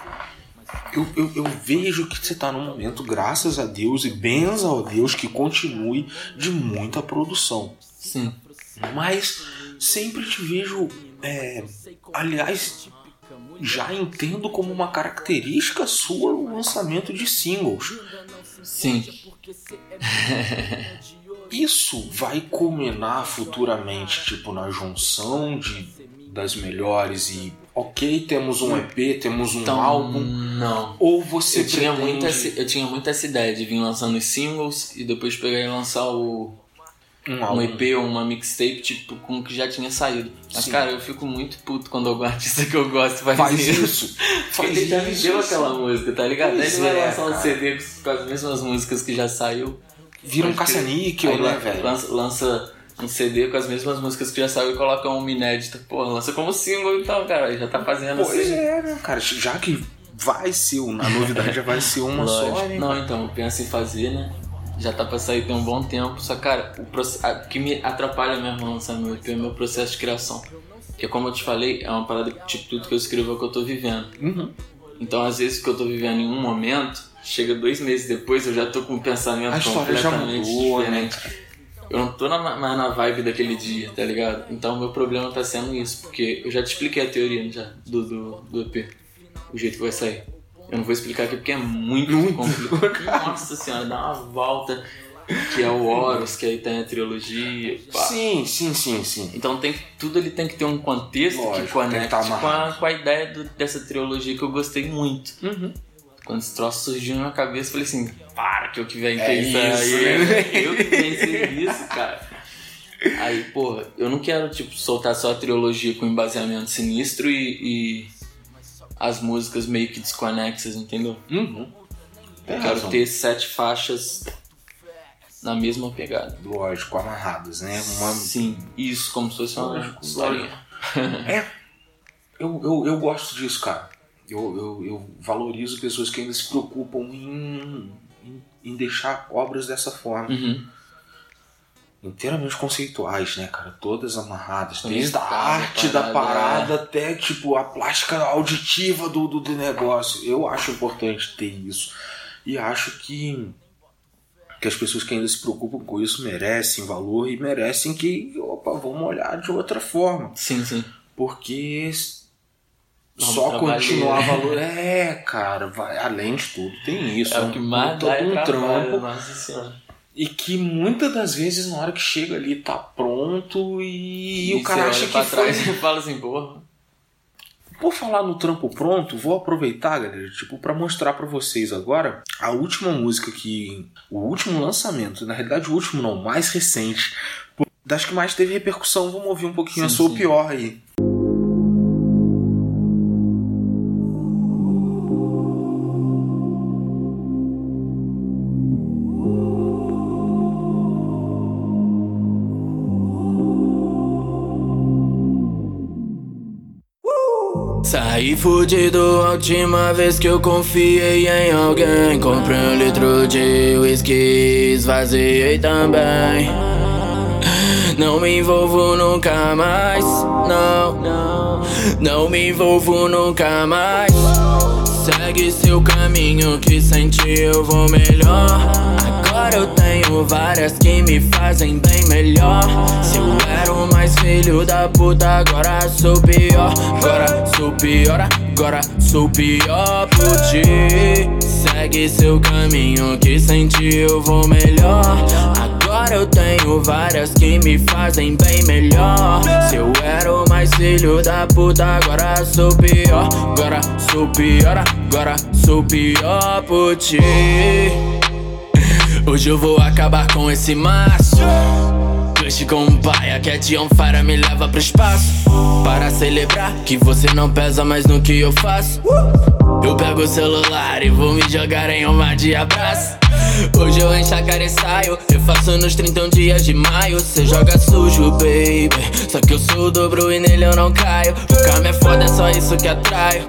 B: Eu, eu, eu vejo que você está num momento, graças a Deus, e benza ao Deus que continue de muita produção.
C: Sim.
B: Mas sempre te vejo. é, aliás, já entendo como uma característica sua o lançamento de singles.
C: Sim.
B: Isso vai culminar futuramente, tipo, na junção de, das melhores e ok, temos um EP, temos um
C: Então,
B: álbum.
C: não.
B: Ou você um
C: Eu tinha,
B: pretende-
C: muita, essa- eu tinha muita essa ideia de vir lançando os singles e depois pegar e lançar o,
B: um
C: um
B: álbum.
C: EP ou uma mixtape, tipo, com o que já tinha saído. Mas,
B: Sim.
C: cara, eu fico muito puto quando algum artista que eu gosto faz,
B: Faz
C: isso.
B: isso. Faz
C: Ele já me
B: isso.
C: deu aquela música, tá ligado? Aí
B: Pois
C: ele vai
B: é,
C: lançar
B: cara.
C: um CD com as mesmas músicas que já saiu.
B: Vira um
C: Pode crer.
B: caça-níquel,
C: Aí
B: né,
C: lan-
B: velho?
C: lança, lança um CD com as mesmas músicas que já saiu e coloca um uma inédita. Pô, lança como single então, cara. Aí Já tá fazendo
B: Pois
C: assim.
B: é, né, cara? Já que vai ser uma novidade, já vai ser uma só,
C: Lógico.
B: né?
C: Não, então, eu penso em fazer, né? Já tá pra sair tem um bom tempo, só cara, o proce- a- o que me atrapalha mesmo a lançar meu EP é o meu processo de criação. Porque como eu te falei, é uma parada que tipo tudo que eu escrevo é o que eu tô vivendo.
B: Uhum.
C: Então às vezes o que eu tô vivendo em um momento, chega dois meses depois, eu já tô com um pensamento
B: A história já
C: completamente
B: mudou, né,
C: diferente. Eu não tô na- mais na vibe daquele dia, tá ligado? Então meu problema tá sendo isso, porque eu já te expliquei a teoria né, já do, do, do EP, o jeito que vai sair. Eu não vou explicar aqui porque é muito, complicado. Nossa senhora, dá uma volta. que é o Horus, que aí tem a trilogia. Pá.
B: Sim, sim, sim, sim.
C: Então tem, que- tudo ele tem que ter um contexto
B: Lógico,
C: que
B: tem que
C: conecte
B: tá
C: com, a,
B: amarrado.
C: com a ideia do- dessa trilogia que eu gostei muito. Quando esse troço surgiu na minha cabeça, eu falei assim, para que eu que inventei
B: É
C: isso
B: isso,
C: aí.
B: né?
C: Eu que pensei nisso, cara. Aí, porra, eu não quero, tipo, soltar só a trilogia com embaseamento sinistro e, e as músicas meio que desconexas, entendeu?
B: Uhum. Tem
C: Eu quero
B: razão.
C: ter sete faixas na mesma pegada.
B: Lógico, amarrados, né? Uma-
C: Sim, isso, como se fosse uma
B: Lógico,
C: historinha.
B: É. Eu, eu, eu gosto disso, cara. Eu, eu, eu valorizo pessoas que ainda se preocupam em, em, em deixar obras dessa forma.
C: Uhum.
B: Inteiramente conceituais, né, cara? Todas amarradas. Desde a
C: Conectada,
B: arte da
C: parada, é.
B: parada até, tipo, a plástica auditiva do, do, do negócio. Eu acho importante ter isso. E acho que, que as pessoas que ainda se preocupam com isso merecem valor e merecem que, opa, vamos olhar de outra forma
C: Sim, sim.
B: porque s-
C: Vamos
B: só
C: trabalhar.
B: continuar valor é cara vai além de tudo tem isso
C: É
B: um-
C: o que mais
B: todo
C: dá é
B: um
C: trabalho,
B: trampo
C: Nossa senhora.
B: e que muitas das vezes na hora que chega ali tá pronto e, e o cara
C: você
B: acha
C: olha
B: que
C: pra
B: foi...
C: trás e fala assim, porra.
B: por falar no trampo pronto vou aproveitar galera tipo para mostrar pra vocês agora a última música que o último lançamento na realidade o último não o mais recente das que mais teve repercussão vamos ouvir um pouquinho
C: Sim,
B: a sua
C: sim.
B: pior aí
A: Saí fudido a última vez que eu confiei em alguém. Comprei um litro de whisky, esvaziei também. Não me envolvo nunca mais, não. Não me envolvo nunca mais. Segue seu caminho que senti eu vou melhor. Agora eu tenho várias que me fazem bem melhor. Se eu era o mais filho da puta, agora sou pior. Agora sou pior, agora sou pior por ti. Segue seu caminho que senti eu vou melhor. Agora eu tenho várias que me fazem bem melhor. Se eu era o mais filho da puta, agora sou pior. Agora sou pior, agora sou pior por ti. Hoje eu vou acabar com esse maço. Crush com um paia, cat on fire me leva pro espaço. Para celebrar que você não pesa mais no que eu faço. Eu pego o celular e vou me jogar em uma de abraço. Hoje eu encho a cara e saio. Eu faço nos 31 dias de maio. Cê joga sujo, baby. Só que eu sou o dobro e nele eu não caio. O karma é foda, é só isso que atraio.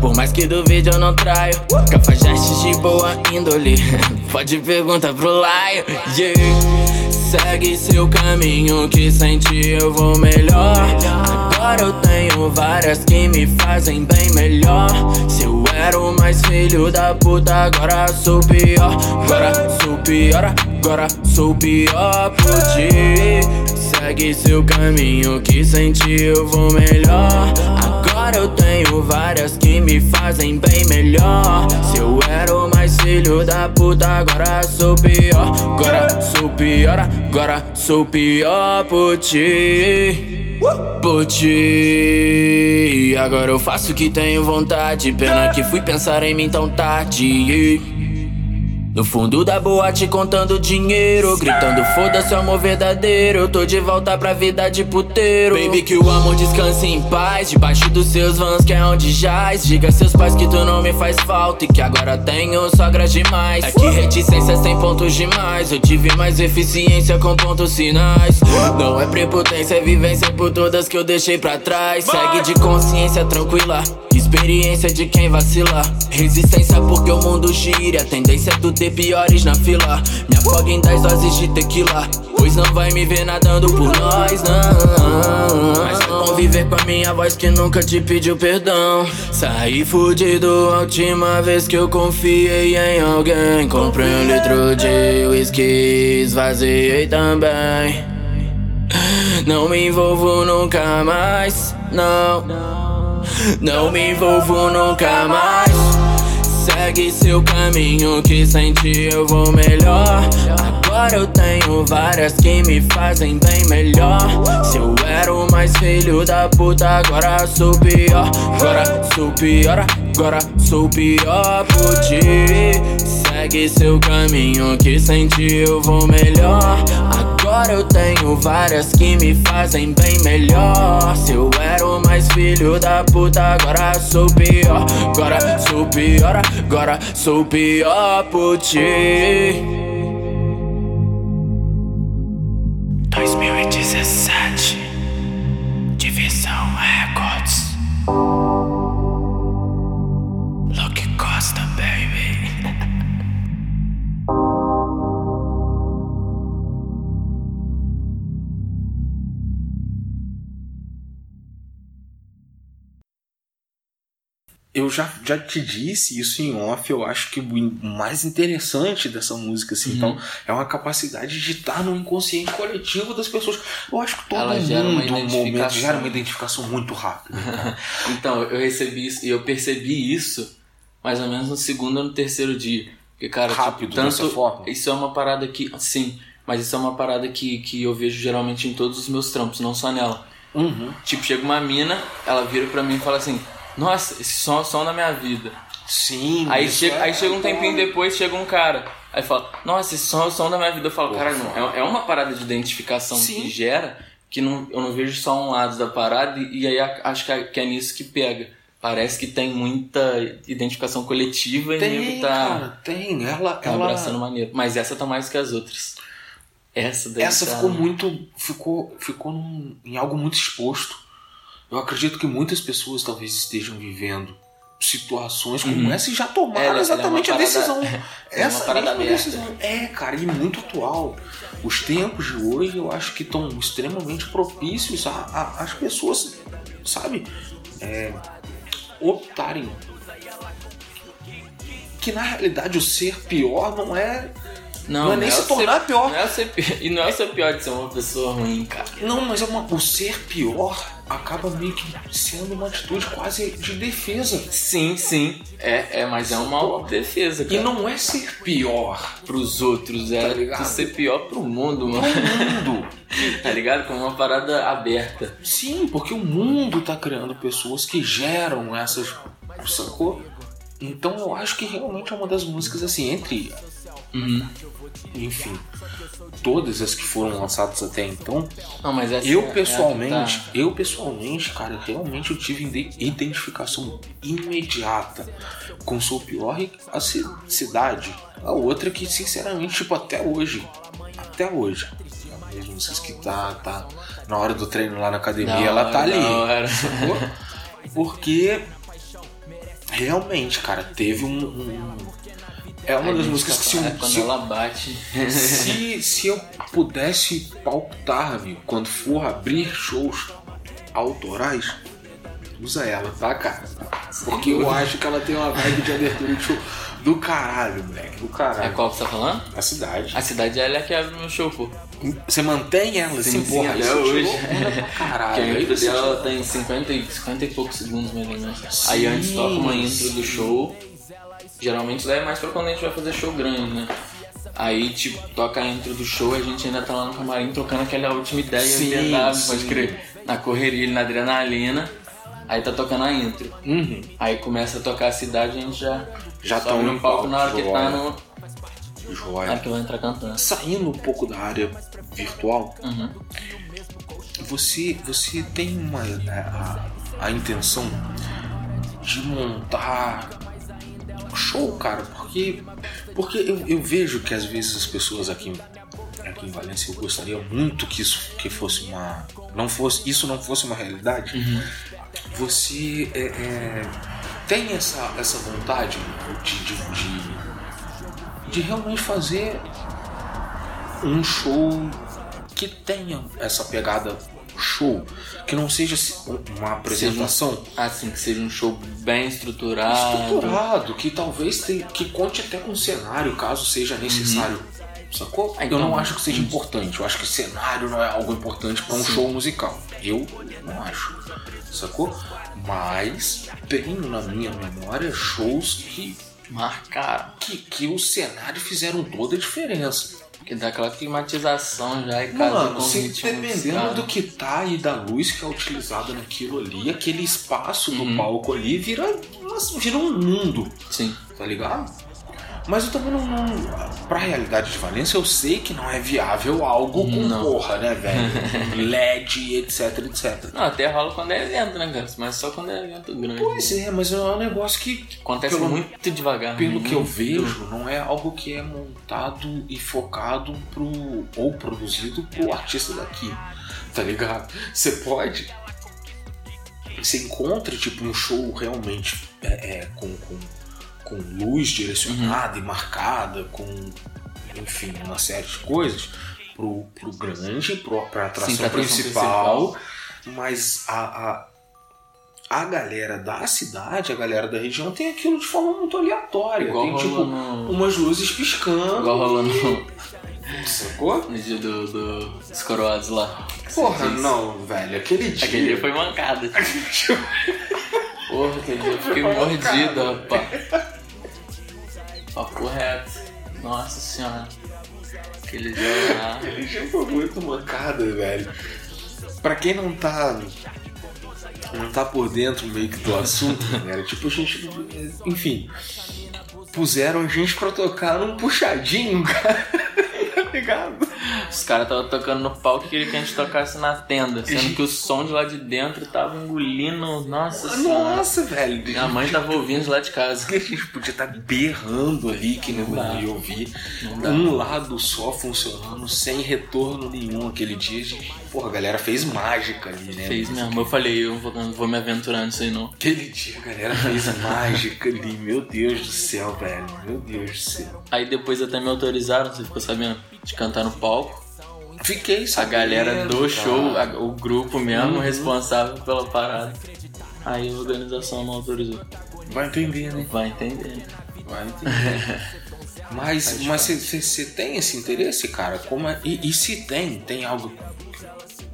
A: Por mais que duvide, eu não traio. Cafajestes de boa índole. Pode perguntar pro Laio. Yeah. Segue seu caminho que sem ti eu vou melhor. Agora eu tenho várias que me fazem bem melhor. Se eu era o mais filho da puta, agora sou pior. Agora sou pior, agora sou pior por ti. Segue seu caminho que sem ti eu vou melhor. Agora eu tenho várias que me fazem bem melhor. Se eu era o mais filho da puta, agora sou pior. Agora sou pior, agora sou pior por ti. Por ti. Agora eu faço o que tenho vontade. Pena que fui pensar em mim tão tarde. No fundo da boate contando dinheiro Gritando foda-se é o amor verdadeiro Eu tô de volta pra vida de puteiro Baby que o amor descanse em paz Debaixo dos seus vans que é onde jaz Diga a seus pais que tu não me faz falta E que agora tenho sogras demais É que reticência sem pontos demais Eu tive mais eficiência com pontos sinais Não é prepotência, é vivência por todas que eu deixei pra trás Segue de consciência tranquila Experiência de quem vacila Resistência porque o mundo gira Tendência é tu ter piores na fila Me afoga em 10 doses de tequila Pois não vai me ver nadando por nós, não Mas vai conviver com a minha voz que nunca te pediu perdão Saí fudido a última vez que eu confiei em alguém Comprei um litro de whisky, esvaziei também não me envolvo nunca mais, não. Não me envolvo nunca mais. Segue segue seu caminho que sem ti eu vou melhor Agora eu tenho várias que me fazem bem melhor Se eu era o mais filho da puta, agora sou pior Agora sou pior, agora sou pior por ti Segue seu caminho que sem ti eu vou melhor Agora eu tenho várias que me fazem bem melhor Se eu era o mais filho da puta, agora sou pior Agora sou pior, agora sou pior por ti 2017 Divisão Records Luke Costa, baby
B: eu já, já te disse isso em off, eu acho que o mais interessante dessa música, assim,
C: Uhum.
B: então, é uma capacidade de estar no inconsciente coletivo das pessoas. Eu acho que todo
C: Ela
B: mundo,
C: gera uma
B: no momento,
C: identificação.
B: gera uma identificação muito rápida. cara.
C: Então, eu recebi isso e eu percebi isso mais ou menos no segundo ou no terceiro dia. Porque, cara, tipo,
B: Rápido,
C: tanto,
B: dessa forma?
C: Isso é uma parada que. Sim, mas isso é uma parada que, que eu vejo geralmente em todos os meus trampos, não só nela.
B: Uhum.
C: Tipo, chega uma mina, ela vira pra mim e fala assim: Nossa, esse som é o som da minha vida.
B: Sim.
C: Aí,
B: isso
C: chega,
B: é-
C: aí chega um tempinho depois, chega um cara. Aí fala, nossa, esse som é o som da minha vida. Eu falo, cara, não, é, é uma parada de identificação
B: Sim.
C: que gera, que não, eu não vejo só um lado da parada, e, e aí a- acho que é, que é nisso que pega. Parece que tem muita identificação coletiva e
B: Tem,
C: nego tá,
B: cara, tem. né? Ela,
C: tá
B: ela...
C: abraçando maneiro. Mas essa tá mais que as outras. Essa daí
B: Essa
C: tá-
B: ficou muito. Ficou, ficou num- em algo muito exposto. Eu acredito que muitas pessoas talvez estejam vivendo situações como essa e já
C: É,
B: tomaram
C: ela- ela é
B: exatamente
C: uma
B: a decisão.
C: parada- é uma
B: essa
C: parada
B: mesma
C: aberta.
B: decisão. É, cara, e muito atual. Os tempos de hoje eu acho que estão extremamente propícios a- a- às pessoas, sabe, é, optarem. Que na realidade o ser pior não é.
C: Não,
B: não é nem
C: o
B: se
C: ser-
B: tornar pior.
C: Não é o ser pi- e não é o ser pior de ser uma pessoa ruim, cara.
B: Não, mas é uma, o ser pior acaba meio que sendo uma atitude quase de defesa.
C: Sim, sim. É, é mas é uma autodefesa, cara.
B: E não é ser pior
C: pros outros,
B: Tá
C: é
B: ligado?
C: tu ser pior pro mundo, mano.
B: pro mundo.
C: tá ligado? Como uma parada aberta.
B: Sim, porque o mundo tá criando pessoas que geram essas. sacou? Então eu acho que realmente é uma das músicas assim, entre. Enfim, todas as que foram lançadas até então,
C: Não, mas essa é- é a
B: Eu
C: que
B: pessoalmente,
C: tá-
B: eu pessoalmente, cara, realmente eu tive ide- identificação imediata com Sou Pior e a ci- cidade. A outra que, sinceramente, tipo, até hoje. Até hoje. é uma das músicas que tá, tá na hora do treino lá na academia,
C: Da
B: ela
C: hora,
B: tá ali.
C: da hora.
B: sacou? Porque realmente, cara, teve um. um- é uma das
C: A
B: músicas que se,
C: identificação, é
B: um- se,
C: quando ela bate.
B: se, se eu pudesse palpitar, amigo, quando for abrir shows autorais, usa ela, tá, cara? Porque eu acho que ela tem uma vibe de abertura de show do caralho, moleque. Do
C: É
B: caralho.
C: qual que você tá falando?
B: A cidade.
C: A cidade ela é que abre meu show, pô.
B: Você mantém ela,
C: Sim,
B: assim,
C: sim,
B: porra.
C: até
B: isso
C: hoje.
B: tirou onda pra
C: Porque
B: Caralho. né?
C: a
B: Aí
C: intro
B: você
C: dela tem 50 e, 50 e poucos segundos, mais ou menos. Aí
B: Sim,
C: antes toca uma intro
B: sim.
C: do show. Geralmente isso daí é mais pra quando a gente vai fazer show grande, né? Aí, tipo, toca a intro do show e a gente ainda tá lá no camarim trocando aquela última ideia
B: Sim,
C: inventável, pode
B: sim.
C: crer. Na correria, na adrenalina. Aí tá tocando a intro.
B: Uhum.
C: Aí começa a tocar a cidade e a gente já,
B: Já
C: sobe
B: tão
C: no
B: no palco,
C: palco
B: né?
C: na hora que
B: joia.
C: tá no. Na hora
B: Joia.
C: que vai entrar cantando.
B: Saindo um pouco da área virtual,
C: Uhum.
B: você, você tem uma, é, a, a intenção de montar show, cara, porque, porque eu, eu vejo que às vezes as pessoas aqui, aqui em Valência, eu gostaria muito que isso que fosse uma. Não fosse, isso não fosse uma realidade. Você é, é, tem essa, essa vontade de, de, de, de realmente fazer um show que tenha essa pegada show, que não seja uma apresentação
C: Assim, que seja um show bem estruturado.
B: estruturado, que talvez tem, que conte até com cenário, caso seja necessário. Sacou?
C: Uhum. Ah,
B: eu
C: então,
B: não acho que seja
C: entendi.
B: importante. Eu acho que cenário não é algo importante para um
C: Sim.
B: show musical. Eu não acho. Sacou? Mas tenho na minha memória shows que
C: marcaram.
B: Que, que o cenário fizeram toda a diferença.
C: Que dá aquela climatização já e casa
B: Mano,
C: com o
B: se,
C: ritmo assim,
B: dependendo
C: musical.
B: do que tá e da luz que é utilizada naquilo ali, aquele espaço
C: Uhum.
B: do palco ali vira, nossa, vira um mundo,
C: Sim.
B: tá ligado? Mas eu também não, não. Pra realidade de Valência, eu sei que não é viável algo com
C: Não.
B: porra, né, velho? LED, etc, etc.
C: Não, até rola quando é evento, né, cara? Mas só quando é evento grande.
B: Pois é, mas é um negócio que
C: Acontece
B: pelo-
C: muito devagar. né?
B: pelo que eu
C: muito.
B: vejo, não é algo que é montado e focado pro ou produzido pro artista daqui, tá ligado? Você pode, você encontra tipo um show realmente é, é, com, com, com luz direcionada
C: Uhum.
B: e marcada, com enfim uma série de coisas pro, pro grande, pro, pra atração,
C: Sim, pra atração
B: principal, mas a, a a galera da cidade, a galera da região tem aquilo de forma muito aleatória.
C: Igual
B: tem tipo
C: rolou no-
B: umas luzes piscando.
C: Igual rolou no,
B: Sacou?
C: no dia do, do- dos coroados lá.
B: Porra,
C: Vocês-
B: não, velho. Aquele dia.
C: Aquele dia foi mancada. Porra, aquele dia eu fiquei mordido, rapaz. Papo reto. Nossa senhora. Aquele dia lá.
B: Aquele dia foi muito mancada, velho. Pra quem não tá. Não tá por dentro meio que do assunto, galera. Tipo, a gente. Enfim. Puseram a gente pra tocar num puxadinho, cara. tá ligado?
C: Os caras estavam tocando no palco e queriam que a gente tocasse na tenda, sendo que o som de lá de dentro tava engolindo. Nossa senhora.
B: Nossa, velho.
C: Minha mãe tava ouvindo de lá de casa.
B: que a gente podia estar berrando ali que não
C: dá.
B: ia ouvir.
C: Não dá.
B: Um lado só funcionando, sem retorno nenhum aquele dia. gente, Porra, a galera fez mágica ali, né?
C: Fez mesmo. Eu falei, eu não vou, não vou me aventurar nisso aí não.
B: Aquele dia a galera fez mágica ali. Meu Deus do céu, velho. Meu Deus do céu.
C: Aí depois até me autorizaram, você ficou sabendo, de cantar no palco.
B: Fiquei
C: A
B: sabendo,
C: galera do
B: cara.
C: show, a- o grupo mesmo,
B: Uhum.
C: responsável pela parada. Aí a organização não autorizou.
B: Vai entender, né?
C: Vai entender. né?
B: Vai entender. Mas você tem esse interesse, cara? Como é- e, e se tem, tem algo,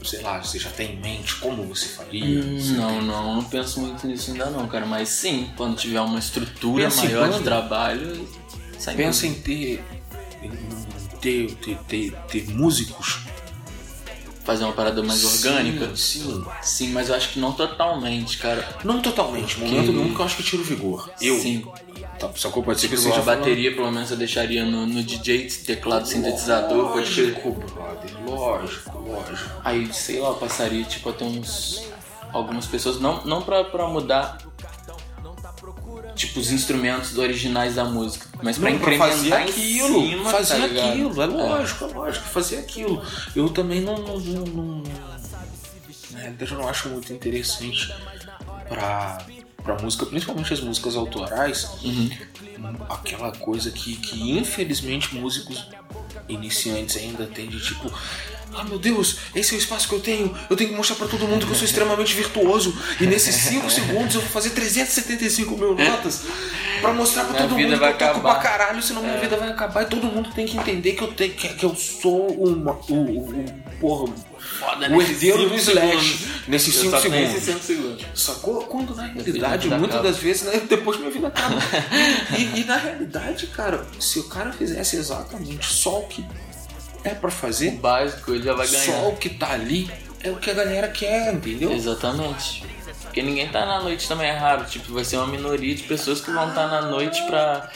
B: que, sei lá, você já tem em mente como você faria? Você
C: Não, não, não penso muito nisso ainda não, cara. Mas sim, quando tiver uma estrutura
B: Pensa em
C: maior de
B: banda.
C: trabalho, sem
B: Pensa em ter, em ter, ter, ter, ter músicos
C: fazer uma parada mais orgânica.
B: Sim, sim.
C: Sim, mas eu acho que não totalmente, cara.
B: Não totalmente, momento nenhum, porque eu acho que tira o vigor. Eu.
C: Sim.
B: Tá, só que pode ser que
C: Tipo,
B: eu seja
C: a bateria pelo menos eu deixaria no, no DJ, teclado, sintetizador, pode ser.
B: Lógico, brother. Lógico, lógico.
C: Aí, sei lá, eu passaria tipo até uns. Algumas pessoas, não, não pra, pra mudar tipo os instrumentos originais da música, mas pra
B: Não, pra
C: incrementar
B: fazer
C: em
B: aquilo,
C: cima,
B: fazer
C: tá ligado?
B: aquilo, é lógico, é lógico, fazer aquilo. Eu também não. não, não, não na realidade, eu não acho muito interessante pra, pra música, principalmente as músicas autorais,
C: Uhum.
B: aquela coisa que, que infelizmente músicos iniciantes ainda tem de tipo. Ah, meu Deus, esse é o espaço que eu tenho. Eu tenho que mostrar pra todo mundo que eu sou extremamente virtuoso. E nesses 5 segundos eu vou fazer 375 mil notas pra mostrar pra
C: Minha
B: todo
C: vida
B: mundo que
C: vai
B: eu toco pra
C: acabar. É.
B: caralho, senão minha vida vai acabar. E todo mundo tem que entender que eu, tenho, que, que eu sou uma, o, o, o, porra,
C: Foda,
B: o
C: nesses
B: herdeiro do
C: cinco
B: Slash
C: segundos.
B: nesses
C: Eu
B: 5
C: só tenho
B: segundos.
C: esses cinco segundos.
B: Sacou? Quando na realidade,
C: vida
B: muitas
C: acaba.
B: das vezes, né, depois minha vida acaba. e, e na realidade, cara, se o cara fizesse exatamente só o que é pra fazer,
C: Básico, ele já vai ganhar.
B: só o que tá ali, é o que a galera quer, entendeu?
C: Exatamente. Porque ninguém tá na noite também é raro. Tipo, vai ser uma minoria de pessoas que vão estar na noite pra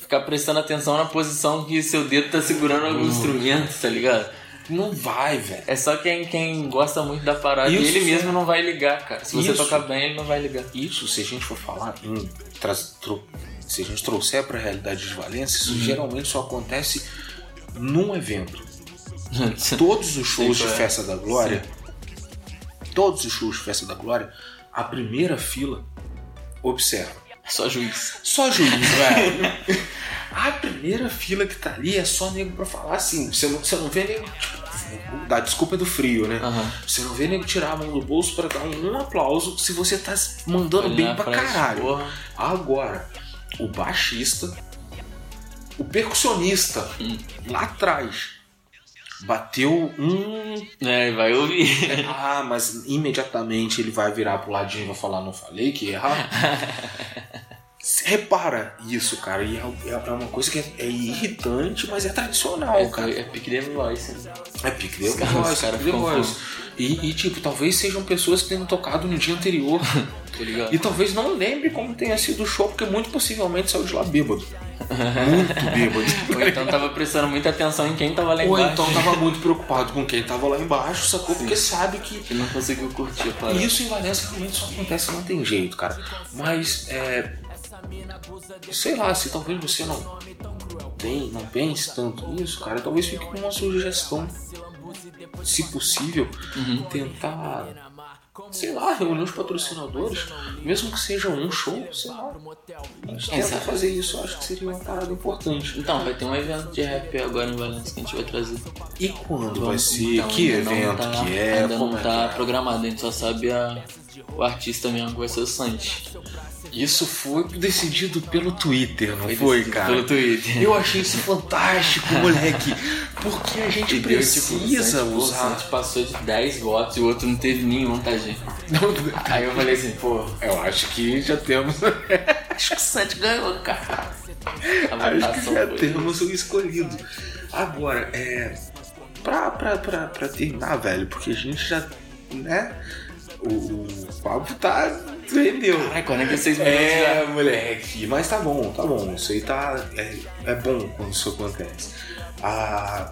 C: ficar prestando atenção na posição que seu dedo tá segurando
B: Uhum.
C: algum instrumento, tá ligado?
B: Não vai, velho.
C: É só quem, quem gosta muito da parada.
B: Isso.
C: E ele mesmo não vai ligar, cara. Se você
B: Isso.
C: tocar bem, ele não vai ligar.
B: Isso, se a gente for falar em. traz- tro- se a gente trouxer pra realidade de Valência, isso geralmente só acontece num evento. todos os shows
C: Sei
B: de
C: qual é.
B: Festa da Glória, todos os shows de Festa da Glória, a primeira fila, observa.
C: só juiz.
B: Só juiz, velho. A primeira fila que tá ali é só nego pra falar assim. Você não, você não vê nego. Tipo, dá desculpa do frio, né?
C: Aham.
B: Você não vê nego tirar a mão do bolso pra dar um, aplauso se você tá se mandando
C: Olhar
B: bem pra
C: pra esse
B: caralho.
C: porra.
B: Agora, o baixista, o percussionista
C: Hum.
B: lá atrás. Bateu um.
C: É, e vai ouvir.
B: Ah, mas imediatamente ele vai virar pro ladinho e vai falar: Não falei que ia errar. Cê repara isso, cara. E é, é- é uma coisa que é, é irritante, mas é tradicional,
C: É,
B: cara.
C: é Pick The Voice. né?
B: É Pick The
C: Os caras-
B: Voice,
C: os caras
B: Pick The
C: ficam
B: Voice. E, e, tipo, talvez sejam pessoas que tenham tocado no dia anterior.
C: Tô ligado.
B: e talvez não lembre como tenha sido o show, porque muito possivelmente saiu de lá bêbado. Muito bêbado.
C: Ou então tava prestando muita atenção em quem tava lá
B: Ou
C: embaixo.
B: então tava muito preocupado com quem tava lá embaixo, sacou? Porque sabe que
C: E não conseguiu curtir a parada.
B: E isso em Valença realmente só acontece, não tem jeito, cara. Mas, é. Sei lá, se talvez você não tem, não pense tanto nisso, cara, talvez fique com uma sugestão. Se possível, Uhum. tentar. Sei lá, reunir os patrocinadores, mesmo que seja um show, sei lá. A gente tenta
C: Exato.
B: fazer isso, eu acho que seria uma parada importante.
C: Então, vai ter um evento de rap agora em Valença que a gente vai trazer.
B: E quando vai
C: Vamos-
B: ser?
C: então,
B: que
C: ainda não
B: evento
C: tá-
B: que é?
C: Ainda
B: Como
C: não
B: é
C: tá
B: que é?
C: programado, a gente só sabe a- o artista mesmo que vai ser o Santi.
B: Isso foi decidido pelo Twitter, não foi,
C: decidido
B: cara?
C: pelo Twitter.
B: Eu achei isso fantástico, moleque. Porque a gente
C: Deu, tipo,
B: precisa
C: o Santi, pô, O
B: usar.
C: Santi passou de 10 votos e o outro não teve nenhum, tá, gente? Aí eu falei assim, pô,
B: Eu acho que já temos.
C: acho que o Santi ganhou, cara. A
B: acho que
C: votação
B: já
C: foi-
B: temos o escolhido. Agora, é. Pra, pra, pra, pra terminar, velho, porque a gente já. né? O, o papo tá. Vendeu.
C: Ai, 46 minutos já.
B: É, moleque. Mas tá bom, tá bom. Isso aí tá. É, é bom quando isso acontece. Ah,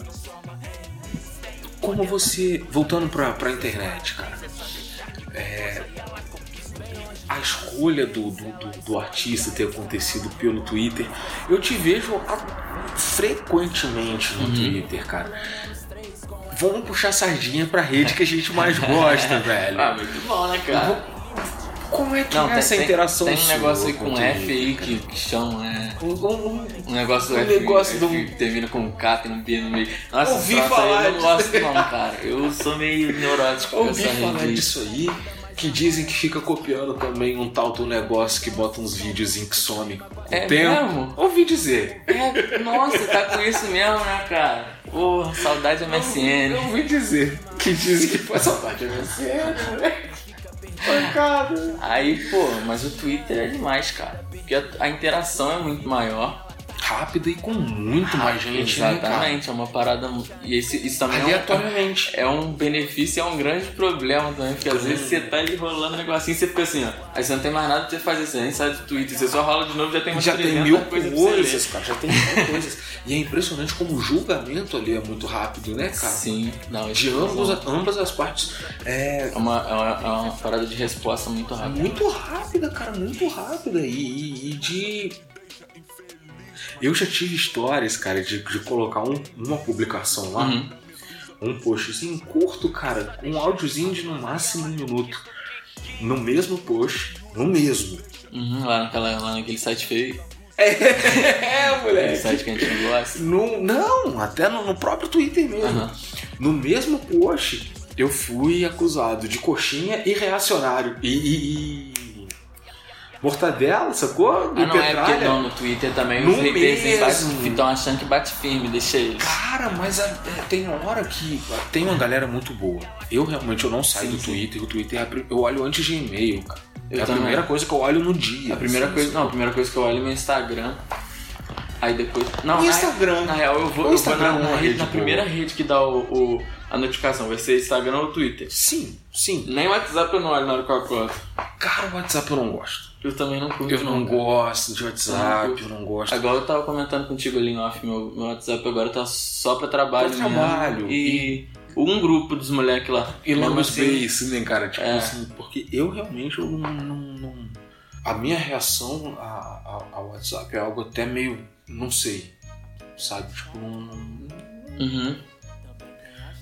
B: como você. Voltando pra, pra internet, cara. É, a escolha do, do, do- do artista ter acontecido pelo Twitter, eu te vejo a- frequentemente
C: Uhum.
B: no Twitter, cara. Vamos puxar sardinha pra rede que a gente mais gosta, velho.
C: Ah, muito bom, né, cara?
B: Como é que
C: Não,
B: é essa interação
C: tem um
B: sua
C: negócio aí com
B: o
C: F
B: Twitter?
C: aí que, que chama, né?
B: Um- um- um-
C: Um negócio
B: Um
C: F,
B: negócio
C: F,
B: do-
C: que termina com K, tem um B no meio. Nossa,
B: Ouvi
C: esse troço
B: falar
C: aí eu não
B: disso.
C: gosto não, cara. Eu sou meio neurótico com
B: Ouvi
C: essa
B: falar
C: rede.
B: disso aí, que dizem que fica copiando também um tal do negócio que bota uns vídeos em que some com o
C: É
B: tempo.
C: mesmo?
B: Ouvi dizer.
C: É, nossa, tá com isso mesmo, né, cara? Porra, saudade
B: Eu
C: MSN.
B: ouvi dizer que dizem que faz saudade de você. Pancada.
C: Aí, pô, mas o Twitter é demais, cara. Porque a, a interação é muito maior.
B: Rápida e com muito mais gente, né, cara?
C: Exatamente, é uma parada. mu- E esse, isso também é um-
B: Aleatoriamente.
C: é um benefício, é um grande problema também, porque às vezes você tá ali rolando um negocinho, você fica assim, ó. Aí você não tem mais nada pra você fazer, você nem sai do Twitter, você só rola de novo, já tem umas
B: é, Já tem
C: 300
B: mil
C: coisas pra você ler.
B: coisas, cara. Já tem mil coisas. E é impressionante como o julgamento ali é muito rápido, né, cara?
C: Sim, não, tipo,
B: De ambos, ambas as partes. É,
C: É uma, é, uma, é uma parada de resposta muito rápida.
B: Muito rápida, cara, muito rápida. E, e- e de. Eu já tive histórias, cara, de, de colocar um- uma publicação lá,
C: Uhum.
B: um postzinho curto, cara, um áudiozinho de no máximo um minuto. No mesmo post, no mesmo.
C: Uhum, lá, naquela, lá naquele site feio,
B: É,
C: aquele site que a gente não gosta.
B: No, não, até no, no próprio Twitter mesmo.
C: Aham.
B: No mesmo post, eu fui acusado de coxinha e reacionário. E. e, e... Mortadela, sacou?
C: Ah,
B: E
C: não, é porque
B: petralha.
C: não, no Twitter também
B: No
C: os haters
B: mesmo.
C: estão achando que bate firme, deixa eles.
B: Cara, mas a- é, tem hora que tem uma galera muito boa. Eu realmente eu não saio
C: Sim,
B: do
C: sim.
B: Twitter. O Twitter é a pri- eu olho antes de e-mail, cara.
C: Eu
B: é a
C: também.
B: primeira coisa que eu olho no dia.
C: A primeira coisa, não, a primeira coisa que eu olho é meu Instagram. Aí depois. Não,
B: O
C: na-
B: Instagram.
C: Na real,
B: O
C: eu vou, eu vou
B: Instagram
C: na,
B: é uma
C: na,
B: rede
C: rede, na
B: boa.
C: primeira rede que dá o, o- a notificação. Vai ser Instagram ou Twitter.
B: Sim, sim.
C: Nem WhatsApp eu não olho na hora que eu acordo.
B: Cara, o WhatsApp eu não gosto.
C: Eu também não curto.
B: Eu não
C: cara.
B: gosto de
C: Eu não
B: WhatsApp, eu
C: curto.
B: não gosto.
C: Agora eu tava comentando contigo ali em off, meu, meu WhatsApp agora tá só pra trabalho.
B: Pra
C: mesmo.
B: trabalho.
C: E um grupo dos moleques lá.
B: E
C: Mesmo
B: logo
C: assim,
B: isso, né, cara? Tipo
C: É.
B: assim, porque eu realmente eu não, não- não- A minha reação a- a- ao WhatsApp é algo até meio. não sei. Sabe? Tipo, não- não-
C: Uhum.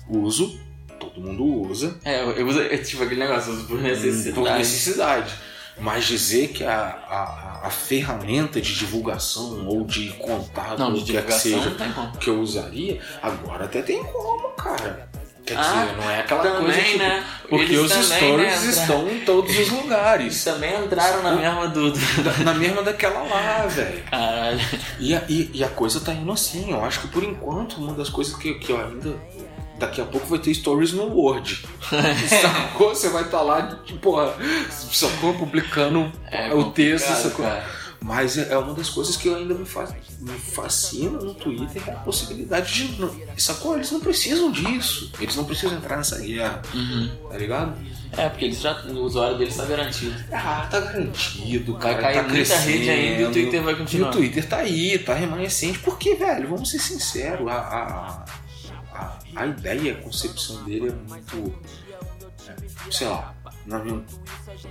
B: uso, todo mundo usa.
C: É, eu, eu uso, é tipo aquele negócio, eu uso por necessidade.
B: Por necessidade. Mas dizer que a, a, a ferramenta de divulgação ou de contato,
C: Não,
B: ou
C: de
B: o que é que
C: divulgação
B: seja,
C: não tem como.
B: que eu usaria, agora até tem como, cara. Quer
C: Ah,
B: dizer, não é aquela
C: também,
B: coisa tipo,
C: né?
B: Porque
C: Eles
B: os
C: também,
B: stories
C: né,
B: estão em todos os
C: Eles
B: lugares.
C: também entraram na mesma do. do-
B: Da- Na mesma daquela lá, velho.
C: Caralho.
B: E a, e, e a coisa tá indo assim. Eu acho que por enquanto, uma das coisas que, que eu ainda. Daqui a pouco vai ter stories no Word. tá Sacou? Você vai estar lá, tipo, porra, sacou? Publicando
C: É
B: o texto,
C: complicado,
B: sacou?
C: cara.
B: Mas é uma das coisas que eu ainda me, fa me fascina no Twitter é a possibilidade de. não- Sacou? Eles não precisam disso. Eles não precisam entrar nessa guerra. Tá ligado?
C: É, porque eles já, o usuário deles tá garantido.
B: Ah, tá garantido,
C: Vai
B: cara.
C: cair
B: tá
C: muita
B: crescendo.
C: rede ainda e o Twitter vai
B: E o
C: continuar.
B: Twitter tá aí, tá remanescente. Porque, velho, vamos ser sinceros, a, a, a, a ideia, a concepção dele é muito. é, Sei lá, um- na minha.